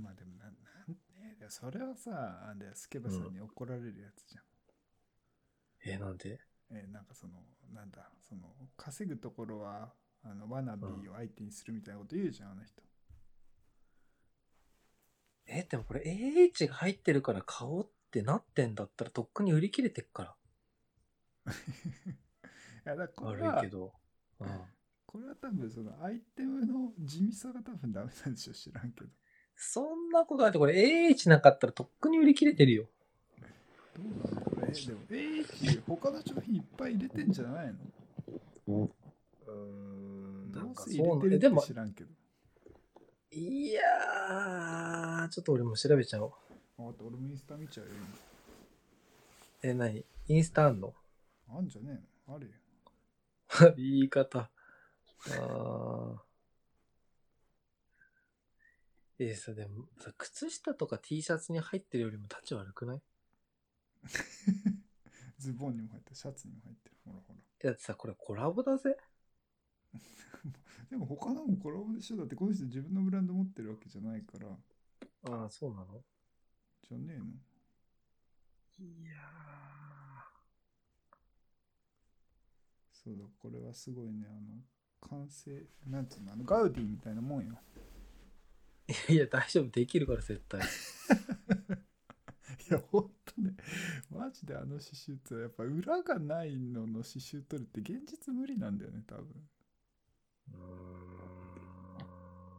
まあでもななんねでもそれはさあれだよスケバさんに怒られるやつじゃん、えーなんでえーなんかそのなんだその稼ぐところはあのワナビーを相手にするみたいなこと言うじゃん、あの人えーでもこれ AH が入ってるから買おうってなってんだったらとっくに売り切れてっから。いやだからこれ悪いはけど。うん。これは多分そのアイテムの地味さが多分ダメなんでしょ知らんけどそんなことないって、これ AH なかったらとっくに売り切れてるよ。どうなのこれでも AH 他の商品いっぱい入れてんじゃないのうーんどなんうかせそう入なんれてでるっもて知、らんけどいやー、ちょっと俺も調べちゃおう。あと俺もインスタ見ちゃうよえ、何インスタあんの 今あんじゃねえのあるよ言い方。あー。えー、さ、でもさ、靴下とか T シャツに入ってるよりも立ち悪くないズボンにも入ってるシャツにも入ってるほらほらえだってさ、これコラボだぜ。でも他のもコラボでしょだってこの人自分のブランド持ってるわけじゃないからああ、そうなのじゃねえのいやそうだこれはすごいねあの完成なんつうのあのガウディみたいなもんよー。いや、大丈夫。できるから絶対。いやほんとねマジであの刺繍ってやっぱ裏がないのの刺繍取るって現実無理なんだよね多分うー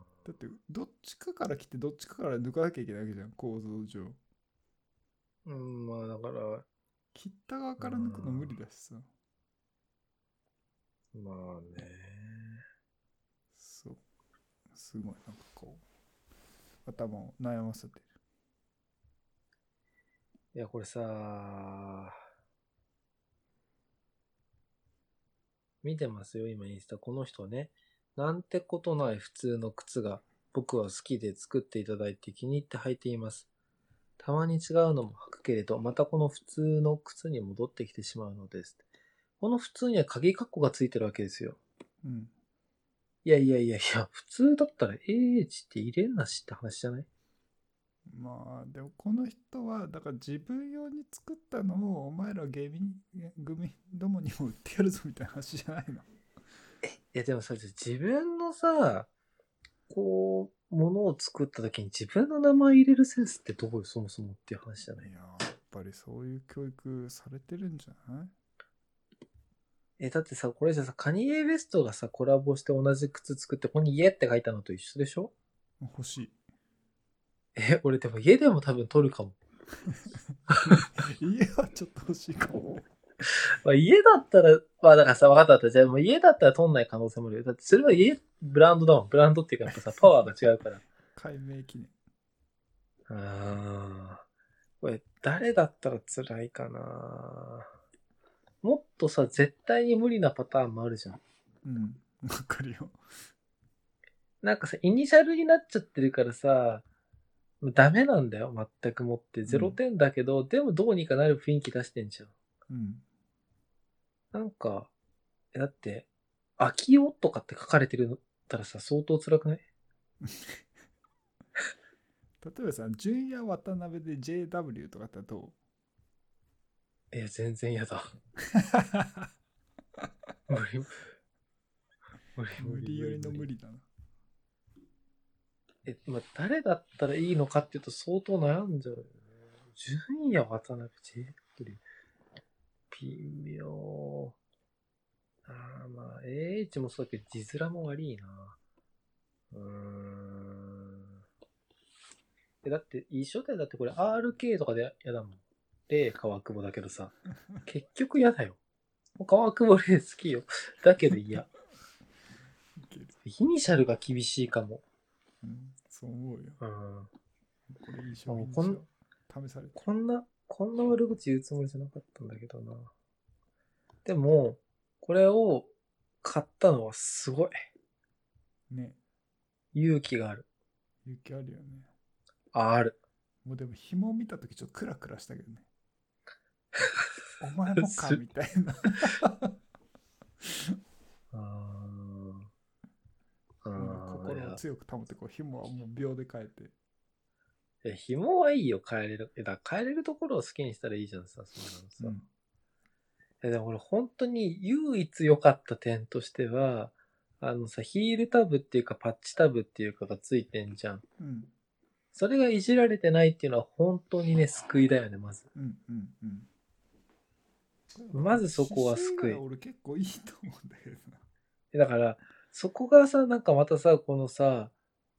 ん。だってどっちかから来てどっちかから抜かなきゃいけないわけじゃん構造上うん、まあだから、切った側から抜くの無理だしさまあね。そうすごいなんかこう頭を悩ませてるいや、これさ、見てますよ、今インスタ。この人ね、なんてことない普通の靴が僕は好きで作っていただいて気に入って履いています。たまに違うのも履くけれど、またこの普通の靴に戻ってきてしまうのです。この普通には鍵括弧がついてるわけですよ。うんいやいやいやいや、普通だったら AH って入れんなしって話じゃないまあでもこの人はだから自分用に作ったのをお前ら芸人組どもにも売ってやるぞみたいな話じゃないのいやでもさ、自分のさ、こう、ものを作った時に自分の名前入れるセンスってどこよ、そもそもっていう話じゃないいややっぱりそういう教育されてるんじゃないえ、だってさ、これじゃさ、カニエ・ウェストがさ、コラボして同じ靴作って、ここに家って書いたのと一緒でしょ欲 しいえ、俺でも家でも多分取るかも。家はちょっと欲しいかもまあ、家だったら、まあだからさ、分かった分かった。じゃあもう家だったら取んない可能性もあるよ。だってそれは家、ブランドだもん。ブランドっていうかやっぱさ、パワーが違うから。解明記念ああ。これ、誰だったら辛いかな。もっとさ、絶対に無理なパターンもあるじゃん。うんわかるよなんかさ、イニシャルになっちゃってるからさ、ダメなんだよ、全くもって。0点だけど、でもどうにかなる雰囲気出してんじゃん。うん。なんか、だって、飽きよとかって書かれてるのったらさ、相当辛くない例えばさ、純也渡辺で JW とかだったらどういや、全然嫌だ。無理。無理、無理よりの無理。理だな。え、まあ、誰だったらいいのかっていうと相当悩んじゃうよね。純也、渡辺、ジェットリー。微妙。ああ、まあ、AH もそうだけど、字面も悪いな。うーん。え、だって、一緒だよ。だってこれ RK とかでやだもん。レイ、川久保だけどさ。結局嫌だよ。川久保レイ好きよ。だけ ど嫌。いける。イニシャルが厳しいかも。うん、そう思うよ。うん。これいい商あもう品こん試されて。こんな、こんな悪口言うつもりじゃなかったんだけどな。でも、これを買ったのはすごい。ね。勇気がある。勇気あるよね。ある。もうでも紐を見たときちょっとクラクラしたけど ね。お前もかすみたいな。あー あー。い心をや強く保って、こう紐はもう秒で変えて。いや、紐はいいよ、変えれる。えだから変えれるところを好きにしたらいいじゃん、さ、そんなのさ。うん。えでも俺本当に唯一良かった点としては、あのさ、ヒールタブっていうかパッチタブっていうかがついてんじゃん。うん。それがいじられてないっていうのは本当にね、救いだよね、まず。うん。うん。うん。まずそこは救刺繍いが俺結構いいと思うんだけどな。えだから、そこがさ、なんかまたさ、このさ、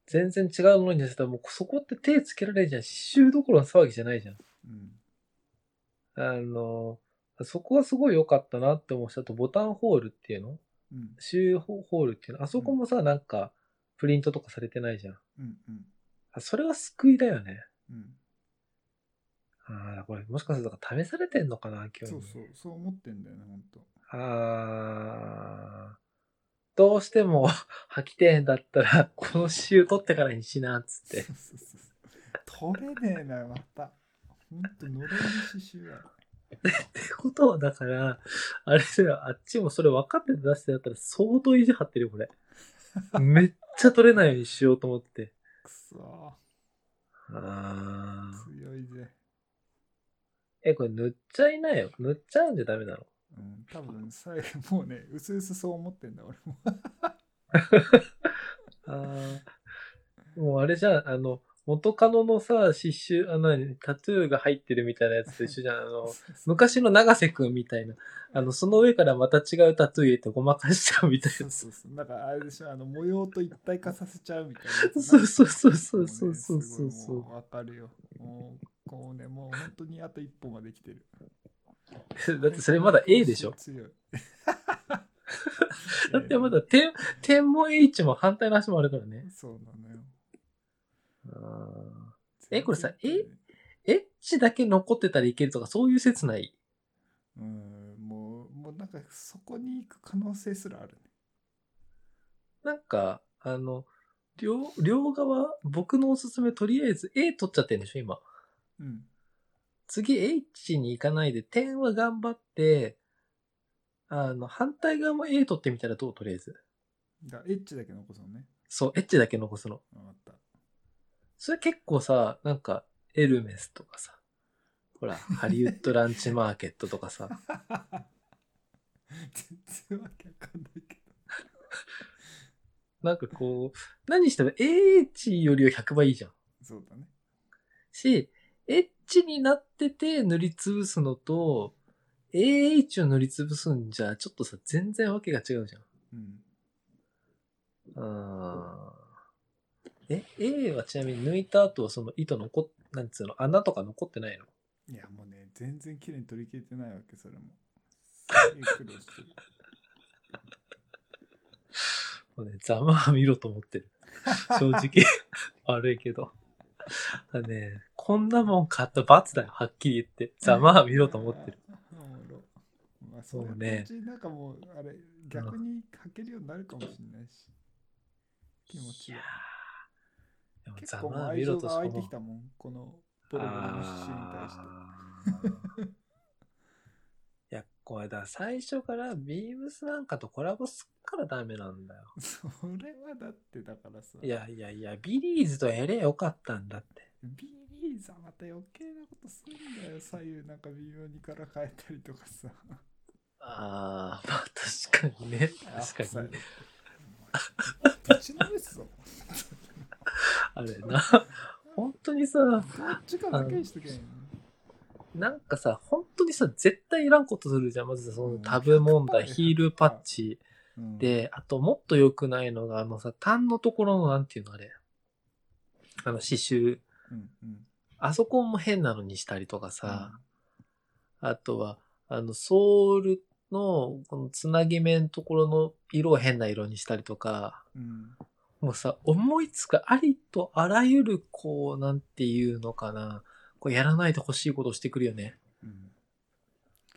全然違うものに出せたら、もうそこって手つけられるじゃん。刺繍どころの騒ぎじゃないじゃん。うん。あの、そこはすごい良かったなって思うし、あとボタンホールっていうのうん。シューホールっていうのあそこもさ、なんか、プリントとかされてないじゃん。うん。うん。あ、それは救いだよね。うん。ああ、これもしかすると試されてんのかな、今日。そうそう、そう思ってんだよね、ほんと。ああ、どうしても 吐きてんだったら、このシュー取ってからにしな、つっそうて。そうそう取れねえな、また。ほんと、呪いの刺繍や。ってことは、だから、あれだよ、あっちもそれ分かってて出してやったら相当意地張ってるよ、こ れ。めっちゃ取れないようにしようと思って。くそああ。ー、強いぜ。え、これ塗っちゃいなよ。塗っちゃうんじゃダメなのうん、多分最後、もうね、うすうすそう思ってんだ、俺も。ああ。もうあれじゃん、あの、元カノのさ、刺繍、あ、なに、タトゥーが入ってるみたいなやつと一緒じゃん。あの、昔の永瀬くんみたいな。あの、その上からまた違うタトゥー入れてごまかしちゃうみたいそうそうそう。なんかあれでしょ、あの模様と一体化させちゃうみたいなやつな。な。そうそうそうそうそうそうそうもねすそごいうも。うわかるよ。もう、こうね、もう本当にあと一歩まで来てる。だってそれまだ A でしょ。強い。だってまだ点、点も H も反対の足もあるからね。そうなのよ。えこれさ全然 H だけ残ってたらいけるとかそういう説ない。うん、もう、もうなんかそこに行く可能性すらあるね。なんか、あの、両、両側、僕のおすすめとりあえず A 取っちゃってんでしょ、今。うん。次 H に行かないで点は頑張って、あの、反対側も A 取ってみたらどうとりあえず。だからエッチだけ残そうね。そう、エッチだけ残すの。わかった。それ結構さ、なんか、エルメスとかさ、ほら、ハリウッドランチマーケットとかさ、全然わけわかんないけど。なんかこう、何しても AH よりは100倍いいじゃん。そうだね。し、H になってて塗りつぶすのと、AH を塗りつぶすんじゃ、ちょっとさ、全然わけが違うじゃん。うん。あーえ、A はちなみに抜いた後はその糸残っ、なんつうの、穴とか残ってないのいや、もうね、全然綺麗に取り切れてないわけ、それも。すげえ苦労してる。もうね、ざまあ見ろと思 ってる。正直。 悪いけど。だね、こんなもん買った罰だよ、はっきり言って。ざまあ見ろと思ってる。あー。おもろまあ、そうそうねね。なんかもう、あれ、逆に履けるようになるかもしれないし。気持ちいやがーでも結構もう愛情が湧いてきたもん、このボロボロの獅子に対して。あ ーいや、これだ、最初からビームスなんかとコラボすっからダメなんだよ。それはだってだからさ、いやいやいや、ビリーズとやれよかったんだって。ビリーザまた余計なことすんだよ、左右なんか微妙にから変えたりとかさ。あ あ、まあ確かにね。確かに。ぶちのめすぞ。あれな、本当にさ、どっちかだけにしとけばいいなんかさ、本当にさ、絶対いらんことするじゃん。まずさ、そのタブ問題、うんヒールパッチ。のに、で、あともっと良くないのが、あのさ、単のところの、なんていうのあれ。あの、刺繍。うんうんあそこも変なのにしたりとかさ、あとは、あの、ソールの、このつなぎ目のところの色を変な色にしたりとか、うんもうさ、思いつくありとあらゆる、こう、なんていうのかな。こう、やらないでほしいことをしてくるよね。うん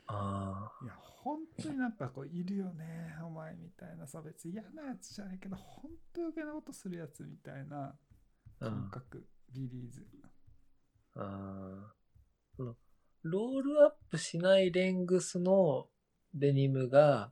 あいや、本当になんかこう、いるよね、お前みたいなさ、別に嫌なやつじゃないけど、本当余計なことするやつみたいなあ。う感ん。覚、ビリーズ。あーそのロールアップしないレングスのデニムが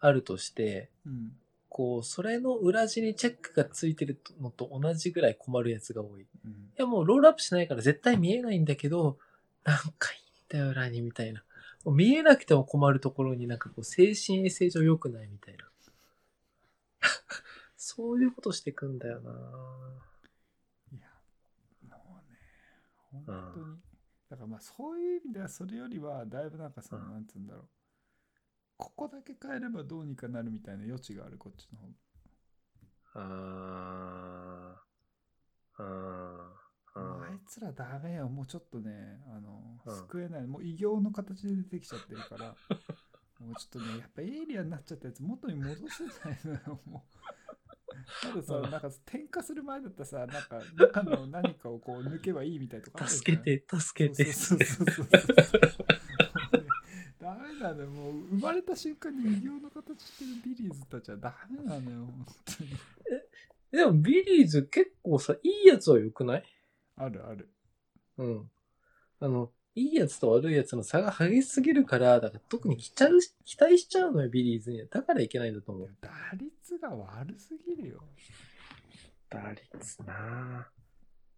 あるとして、うん。こう、それの裏地にチェックがついてるのと同じぐらい困るやつが多い。いうんや、もうロールアップしないから絶対見えないんだけど、なんかいいんだよ、裏に、みたいな。もう見えなくても困るところになんかこう、精神衛生上良くないみたいな。 そういうことしてくんだよないや、もうね、本当に。だからまあ、そういう意味では、それよりは、だいぶなんかその、うんなんつうんだろう。ここだけ変えればどうにかなるみたいな余地がある、こっちの方が。あーあーもうあいつらダメよ、もうちょっとね、あの、うん救えない。もう異形の形で出てきちゃってるから、 もうちょっとね、やっぱエイリアンになっちゃったやつ元に戻せないのよ、 もう。たださ、うんなんか転化する前だったらさ、なんか中の何かをこう抜けばいいみたいとかあるじゃん。助けて、助けて。そうそうそうそう。もうねダメなのよ、もう生まれた瞬間に異形の形してるビリーズたちはダメなのよ、本当に。でも、ビリーズ結構さ、いいやつは良くないあるある。うん。あの、いいやつと悪いやつの差が激しすぎるから、だから特に期待期待しちゃうのよ、ビリーズには。だからいけないんだと思う。打率が悪すぎるよ。打率な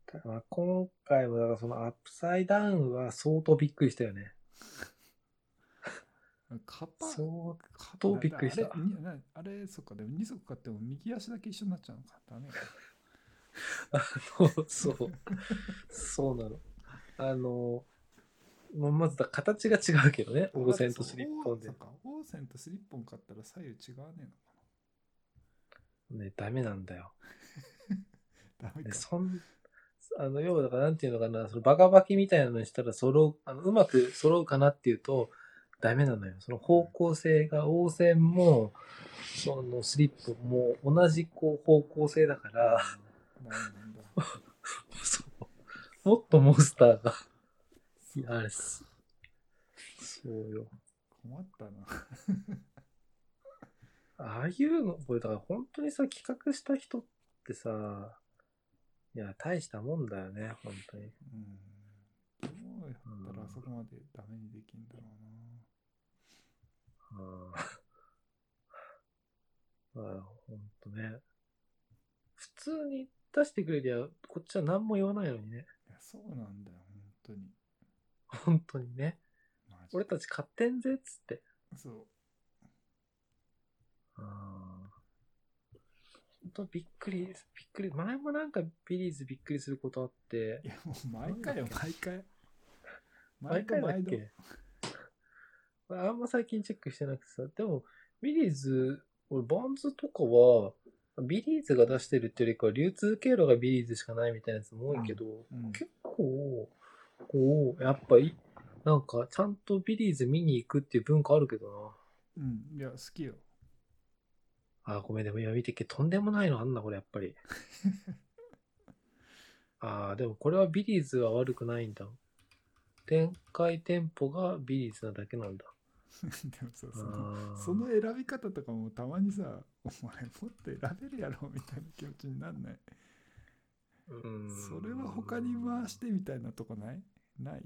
ぁ。だまあ、今回も、だからそのアップサイダウンは相当びっくりしたよね。カパ相カ当びっくりしたあれ、になあれそっか、でも2足買っても右足だけ一緒になっちゃうのか。ダメか。当、 そう。そうなの。あの、もうまずだ形が違うけどね、オーセンとスリッポンでそっ。か、オーセンとスリッポン買ったら左右違わねえのかね、ダメなんだよ。な。ダメでか。そん、あの、要は、だから、なんていうのかな、そのバカバキみたいなのにしたら揃う、あのうまく揃うかなっていうと、ダメなのよ。その方向性が、応戦も、そのスリップも同じこう方向性だから、 ダメなんだ。そう。もっとモンスターが、そうあれです。そうよ。困ったな。ああいうの、これだから本当にさ、企画した人ってさ、いや、大したもんだよね、本当に。うん。どうやったらあそこまでダメにできんだろうな。うん。まあ、ほんとね。普通に出してくれりゃ、こっちは何も言わないのにね。いや、そうなんだよ、本当に。本当にね。マジで俺たち勝ってんぜ、っつって。そう。うん。ほんとびっくりです。びっくり。前もなんかビリーズびっくりすることあってい。や、もう毎回よ、毎回。毎回だっ毎度けあんま最近チェックしてなくてさ。でも、ビリーズ、俺、バンズとかは、ビリーズが出してるっていうよりかは、流通経路がビリーズしかないみたいなやつも多いけど、うん結構、こう、やっぱい、なんか、ちゃんとビリーズ見に行くっていう文化あるけどうん、いや、好きよ。 な。あー、ごめん、でも今見てっけ、とんでもないのあんな、これ、やっ ぱり。ああ、でもこれはビリーズは悪くないんだ。展開店舗がビリーズなだけなんだ。でもさ、その、あーその選び方とかもたまにさ、お前もっと選べるやろみたいな気持ちになんない。うんそれは他に回してみたいなとこないない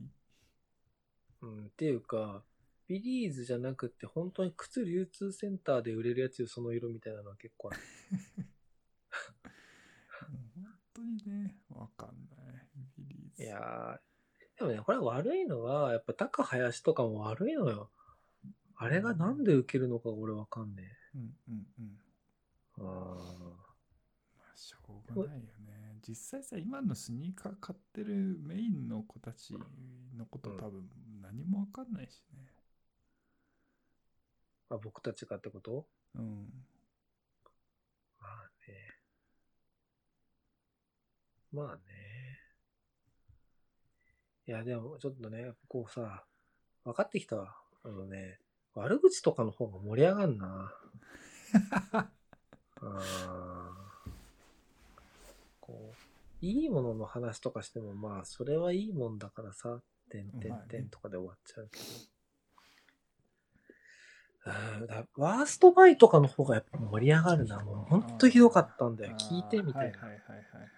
うん、っていうか、ビリーズじゃなくて、本当に靴流通センターで売れるやつよ、その色みたいなのは結 構ある。もう本当にね、わかんない。ビリーズ。いやー、でもね、これ悪いのは、やっぱ高林とかも悪いのよ。あれがなんで受けるのか俺わかんねうんうんうん。え。あまあ、しょうがないよね。実際さ、今のスニーカー買ってるメインの子たちのことうん多分何もわかんないしね。あ、僕たちがってこと うん。まあね。まあね。いや、でもちょっとね、こうさ、分かってきたわ。あのね、悪口とかの方が盛り上がんな。あーこう、いいものの話とかしても、まあ、それはいいもんだからさ、てんてんてんとかで終わっちゃうけど。うんだワーストバイとかの方がやっぱ盛り上がるな。もうほんとひどかったんだよ。聞いてみたいなあー。はいはいはいはいはいはい。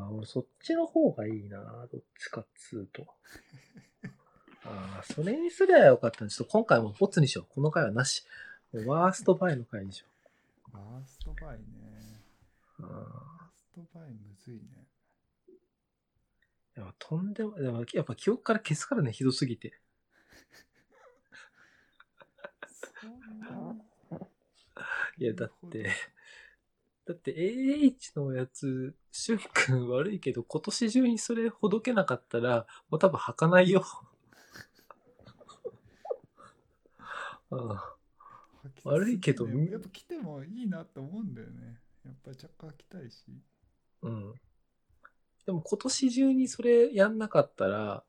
ああ、俺そっちの方がいいな、どっちかっつうと。ああ、それにすりゃよかったねちょっと今回もボツにしよう。この回はなし。もうワーストバイの回にしよワーストバイね。う。あワーストバイむずい ね。あ、やっぱとんでも、でもやっぱ記憶から消すからね、ひどすぎて。そんないや、だって、だって AH のやつ、しゅんくん悪いけど、今年中にそれほどけなかったら、もう多分履かないよ。 ああ。悪いけど履きすぎねやっぱ来てもいいなと思うんだよね。やっぱ若干来たいし。うん。でも今年中にそれやんなかったら、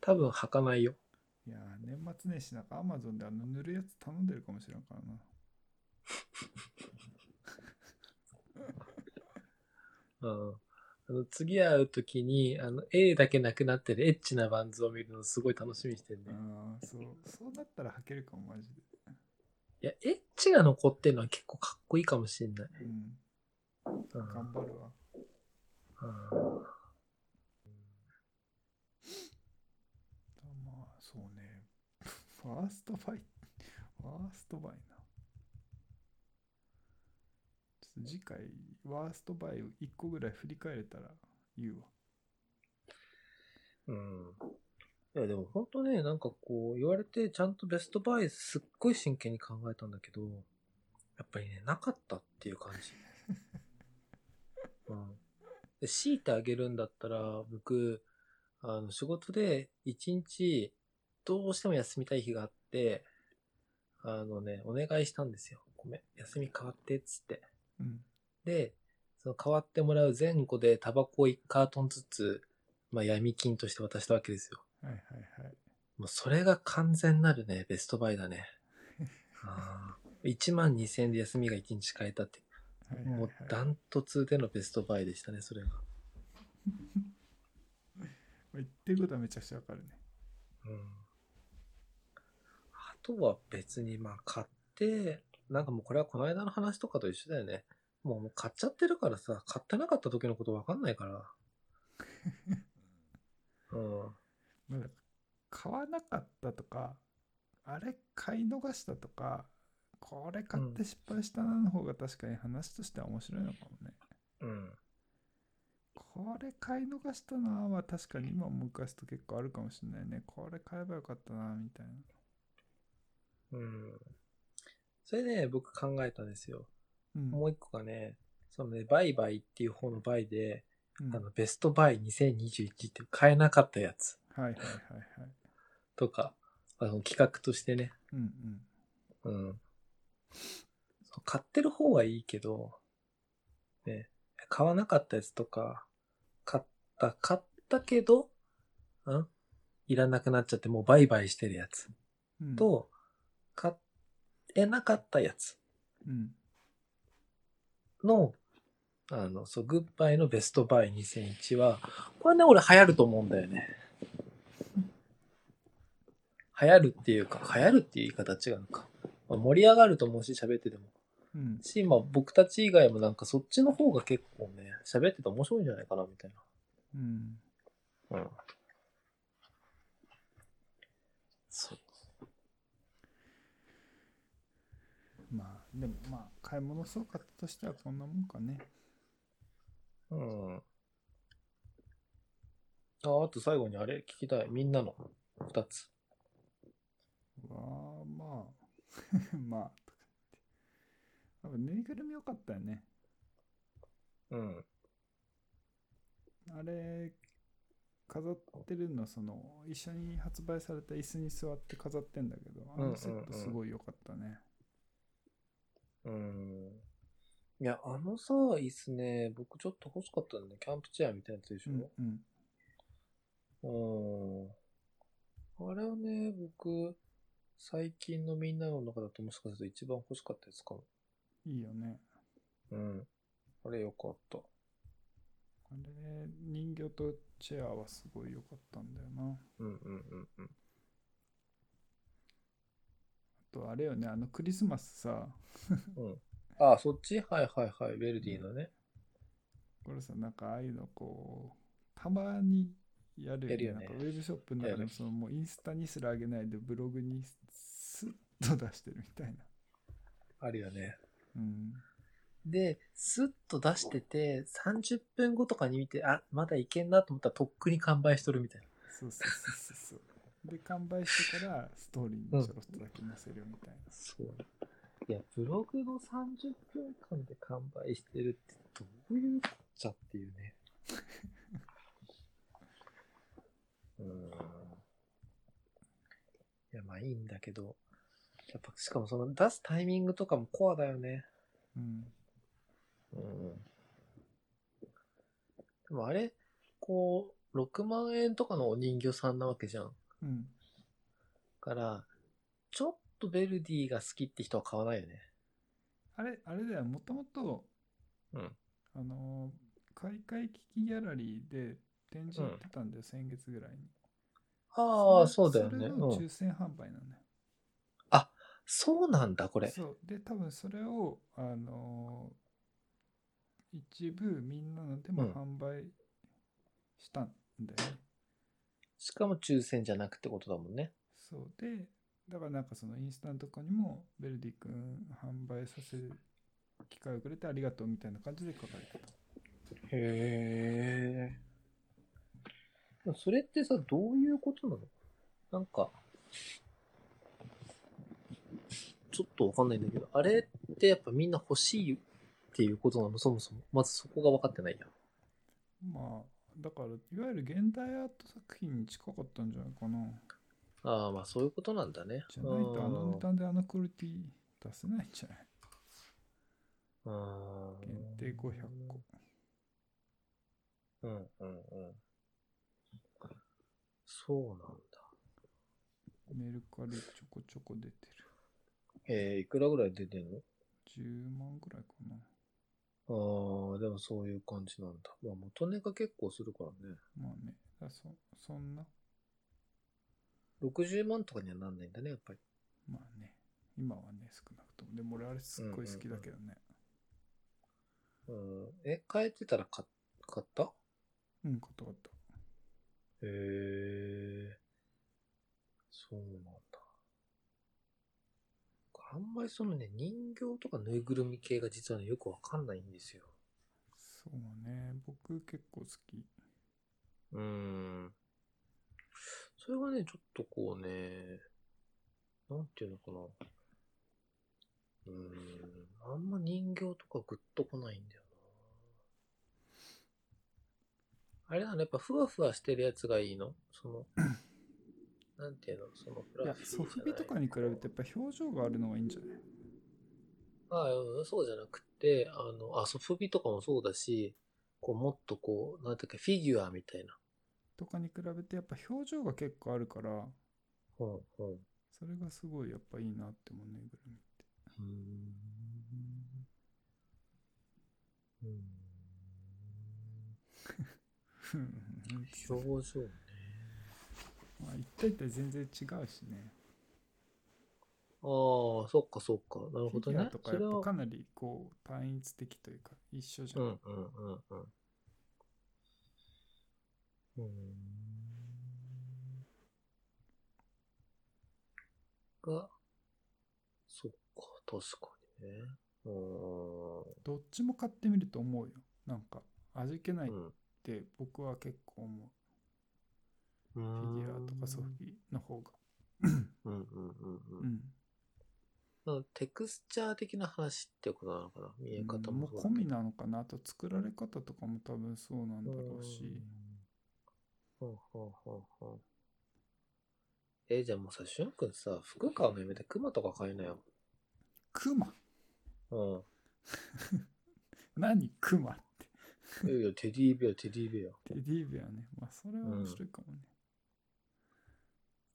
多分履かないよ。いやー、年末年始なんか Amazon であの塗るやつ頼んでるかもしれんからな。うん。あの次会う時に、あの、A だけなくなってるエッチなバンズを見るのすごい楽しみにしてるね。ああ、そう、そうなったら履けるかも、マジで。いや、エッチが残ってるのは結構かっこいいかもしれない。うん、うん頑張るわ。うんまあ、そうね。 ファーストバイ、ファーストバイな。ちょっと次回、ワーストバイを1個ぐらい振り返れたら言うわ。うん。いや、でも本当ね、なんかこう、言われて、ちゃんとベストバイすっごい真剣に考えたんだけど、やっぱりね、なかったっていう感じ。うん。で、強いてあげるんだったら、僕、あの、仕事で一日、どうしても休みたい日があって、あのね、お願いしたんですよ。ごめん、休み変わって、っつって。うん。で、その代わってもらう前後でタバコを1カートンずつ、まあ闇金として渡したわけですよ。はいはいはい。もうそれが完全なるね、ベストバイ だね。あ1万2000円で休みが1日変えたって、はいはいもはうい、ダントツでのベストバイでしたね、それが。言ってることはめちゃくちゃわかるね。うん。あとは別にまあ買って、なんかもうこれはこの間の話とかと一緒だよね。もうもう買っちゃってるからさ、買ってなかった時のことわかんな いから。うん。まあだから買わなかったとか、あれ買い逃したとか、これ買って失敗したなの方が確かに話としては面白いのかもね。うん。これ買い逃したなは確かに今思い返すと結構あるかもしれないね。これ買えばよかったなみたいな。うん。それね、僕考えたんですよ。うん、もう一個がね、そのね、バイバイっていう方のバイで、うんあの、ベストバイ2021って買えなかったやつはいはいはいはい。とか、あの、企画としてね、うんうん。うん。そう買ってる方はいいけど、ね、買わなかったやつとか、買った、買ったけど、んいらなくなっちゃってもうバイバイしてるやつうん、と、買えなかったやつうん、の、あの、そう、グッバイのベストバイ2001は、これね、俺流行ると思うんだよね。流行るっていうか、流行るっていう言い方は違うのか。まあ盛り上がると思うし、喋ってても。うん。し、まあ僕たち以外もなんかそっちの方が結構ね、喋ってて面白いんじゃないかな、みたいうん。な。うん。そう。まあ、でもまあ、買い物総括としてはこんなもんかね。うん。あ、あと最後にあれ聞きたい。みんなの二つ。わあ、 まあ、まあ、とか言って。やっぱぬいぐるみ良かったよね。うん。あれ、飾ってるの、その、一緒に発売された椅子に座って飾ってんだけど、あのセットすごい良かったね。うん。いや、あのさ、椅子ね、僕ちょっと欲しかったんだね。キャンプチェアみたいなやつでしうょ。んうん。うん。あれはね、僕、最近のみんなの中だともしかすると一番欲しかったやつかも。いいよね。うん。あれよかった。あれ、人形とチェアはすごい良かったんだよな。うんうんうんうん。あと、あれよね、あのクリスマスさ、ああ、そっちはいはいはい。ヴェルディのね。これさ、なんかああいうのこう、たまにやるよね。やるよねなんかウェブショップの中やるでもそのもうインスタにすら上げないでブログにスッと出してるみたいな。あるよね。うん。で、スッと出してて、30分後とかに見て、あ、まだいけんなと思ったらとっくに完売しとるみたいな。そうそうそうそうそう。で、完売してからストーリーにちょろっとだけ載せるみたいな。そう。いや、ブログの30分間で完売してるってどういうこっちゃっていう ね。うーん。いや、まあいいんだけど、やっぱしかもその出すタイミングとかもコアだよね。うん。うん。でもあれ、こう、6万円とかのお人形さんなわけじゃん。うん。から、ちょっとベルディが好きって人は買わないよね。あれ、あれだよ、もともと、うんあのー、開会機器ギャラリーで展示やってたんだよ、先月ぐらいに。ああ、そそれうだよね。それのうん抽選販売なのよ。そうなんだ、これ。そうで多分それをあのー一部みんなのでもうん販売したんだよね、しかも抽選じゃなくってことだもんね。そうでだからなんかそのインスタントとかにもベルディ君販売させる機会をくれてありがとうみたいな感じで書かれてたへえ。それってさ、どういうことなのなんか、ちょっとわかんないんだけど、あれってやっぱみんな欲しいっていうことなの、そもそも。まずそこが分かってないや。まあだからいわゆる現代アート作品に近かったんじゃないかなああ、まあそういうことなんだね。じゃないとあの値段であのクオリティ出せないんじゃないうん限定500個うんうんうん。そうなんだ。メルカリちょこちょこ出てるえー、いくらぐらい出てんの10万ぐらいかなああ、でもそういう感じなんだ。まあ元値が結構するからね。まあね、だそそんな、 60万とかにはなんないんだね、やっぱり。まあね、今はね、少なくとも。でも俺あれすっごい好きだけどね。うん。え、変えてたら買っ買ったへうん、買った買った。え。そうなんだ。あんまりそのね、人形とかぬいぐるみ系が実はね、よくわかんないんですよ。そうね、僕結構好き。うーん。それはね、ちょっとこうね、なんていうのかな。うーん。あんま人形とかグッとこないんだよな。あれなのやっぱふわふわしてるやつがいいのそ の、なんていうのそのフいラやッ、フィーじゃソないフビとかに比べてやっぱ表情があるのはいいんじゃないああ、うん、そうじゃなくて、あの、遊びとかもそうだし、こう、もっとこう、なんていうか、フィギュアみたいな。とかに比べてやっぱ表情が結構あるから、うん、うん。それがすごいやっぱいいなって思うね、ぐるみって。うーんうーんふんふ んふん表情ね。まあ、一体一体全然違うしね。ああ、そっかそっか。なるフほィどギュアねと。かそやれっぱは。かなりこう単一的というか一緒じゃ、うんんうんうんうん。うーん。が、そっか、確かにね。うーん。どっちも買ってみると思うよなんか味気ないっうんて僕は結構思う、フフィギュアとかソフィーの方がうんうんうんううんん、なんかテクスチャー的な話ってことなのかな見え方ももそうだ込みけどなのかなあと作られ方とかも多分そうなんだろうしうんほうほうほうえじゃあもうさしゅんくんさ服買うのやめてクマとか買いなよクマうん何クマっていやいやテディベアテディベアテディベアねまあそれは面白いかもね、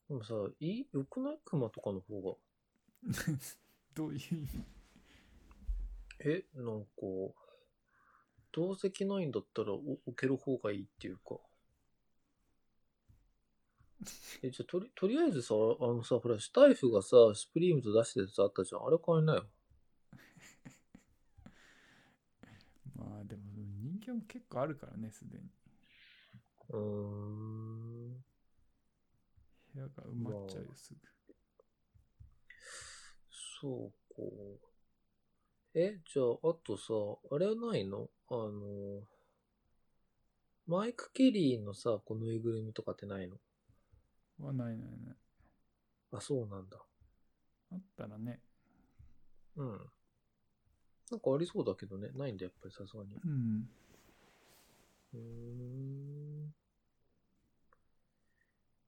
でもさいいよくないクマとかの方がどういう意味 えなんか同席ないんだったらお置ける方がいいっていう かえじゃあとりとりあえずさあのさほらシュタイフがさスプリームと出してるやつあったじゃんあれ買えないよまあでも人気も結構あるからねすでにうーん部屋が埋まっちゃうよすぐそうか。え、じゃあ、あとさ、あれはないのあの、マイク・ケリーのさ、このぬいぐるみとかってないのはないないないあ、そうなんだ。あったらねうん。なんかありそうだけどね。ないんだ、やっぱりさすがに。うんうーん。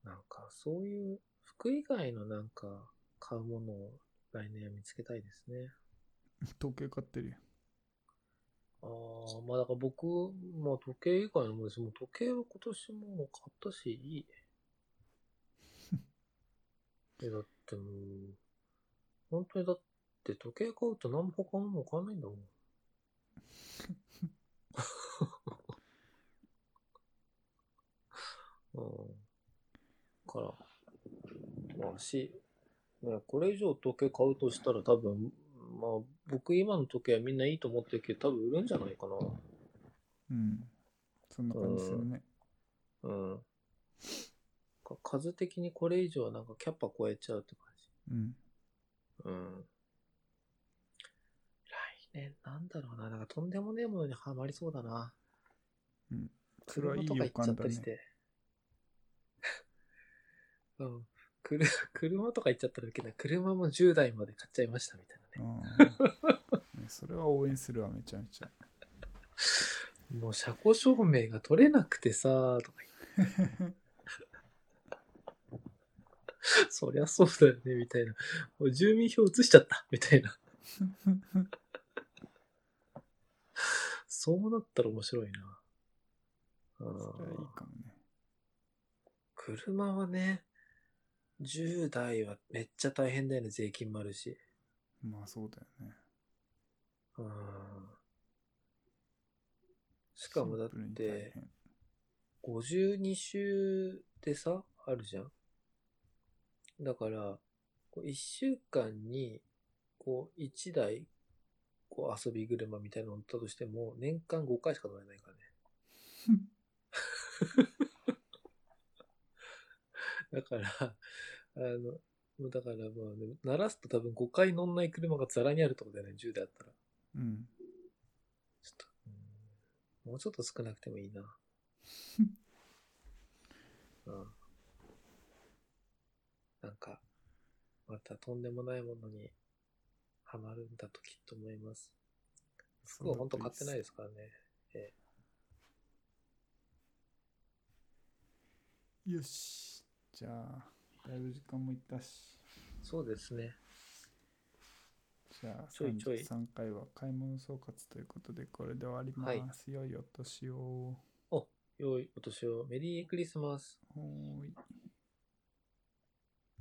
なんか、そういう、服以外のなんか、買うものを来年は見つけたいですね。時計買ってるよああ、まあだから僕、まあ時計以外のものです。もう時計は今年も買ったし、いい。え、だってもう、本当にだって時計買うと何も他のもの買わないん だもん。うん。から、まあし、ね、これ以上時計買うとしたら多分、まあ僕今の時計はみんないいと思ってるけど多分売るんじゃないかな。うんそんな感じするねうん。か数的にこれ以上はなんかキャパ超えちゃうって感じ。うんうん。来年なんだろうな。なんかとんでもねえものにはまりそうだな。それはいい車予とか行感っちだゃったりねして。 うん。くる車とか行っちゃったらウケない。車も10台まで買っちゃいましたみたいなね。うん ねそれは応援するわめちゃめちゃもう車庫証明が取れなくてさーとか言って そりゃそうだよね、みたいな。もう住民票移しちゃった、みたいな。そうなったら面白いな。あーそれはいいかもね車はね、10代はめっちゃ大変だよね、税金もあるし。まあそうだよねうんしかもだっシンプルに大て、変52週でさ、あるじゃん。だから、こう1週間に、こう、1台、こう、遊び車みたいなの乗ったとしても、年間5回しか乗れないからね。だから、あの、もうだからまあ、ね、鳴らすと多分5回乗んない車がザラにあるとこだよね、10台あったら。うんちょっと、うんもうちょっと少なくてもいい な。うん。なんか、またとんでもないものにハマるんだときっと思います。服は本当買ってないですすからね。よしじゃあだいぶ時間もいったしそうですね。じゃあちょいちょい33回は買い物総括ということでこれで終わります、良いお年を良いお年を。メリークリスマス。ほーい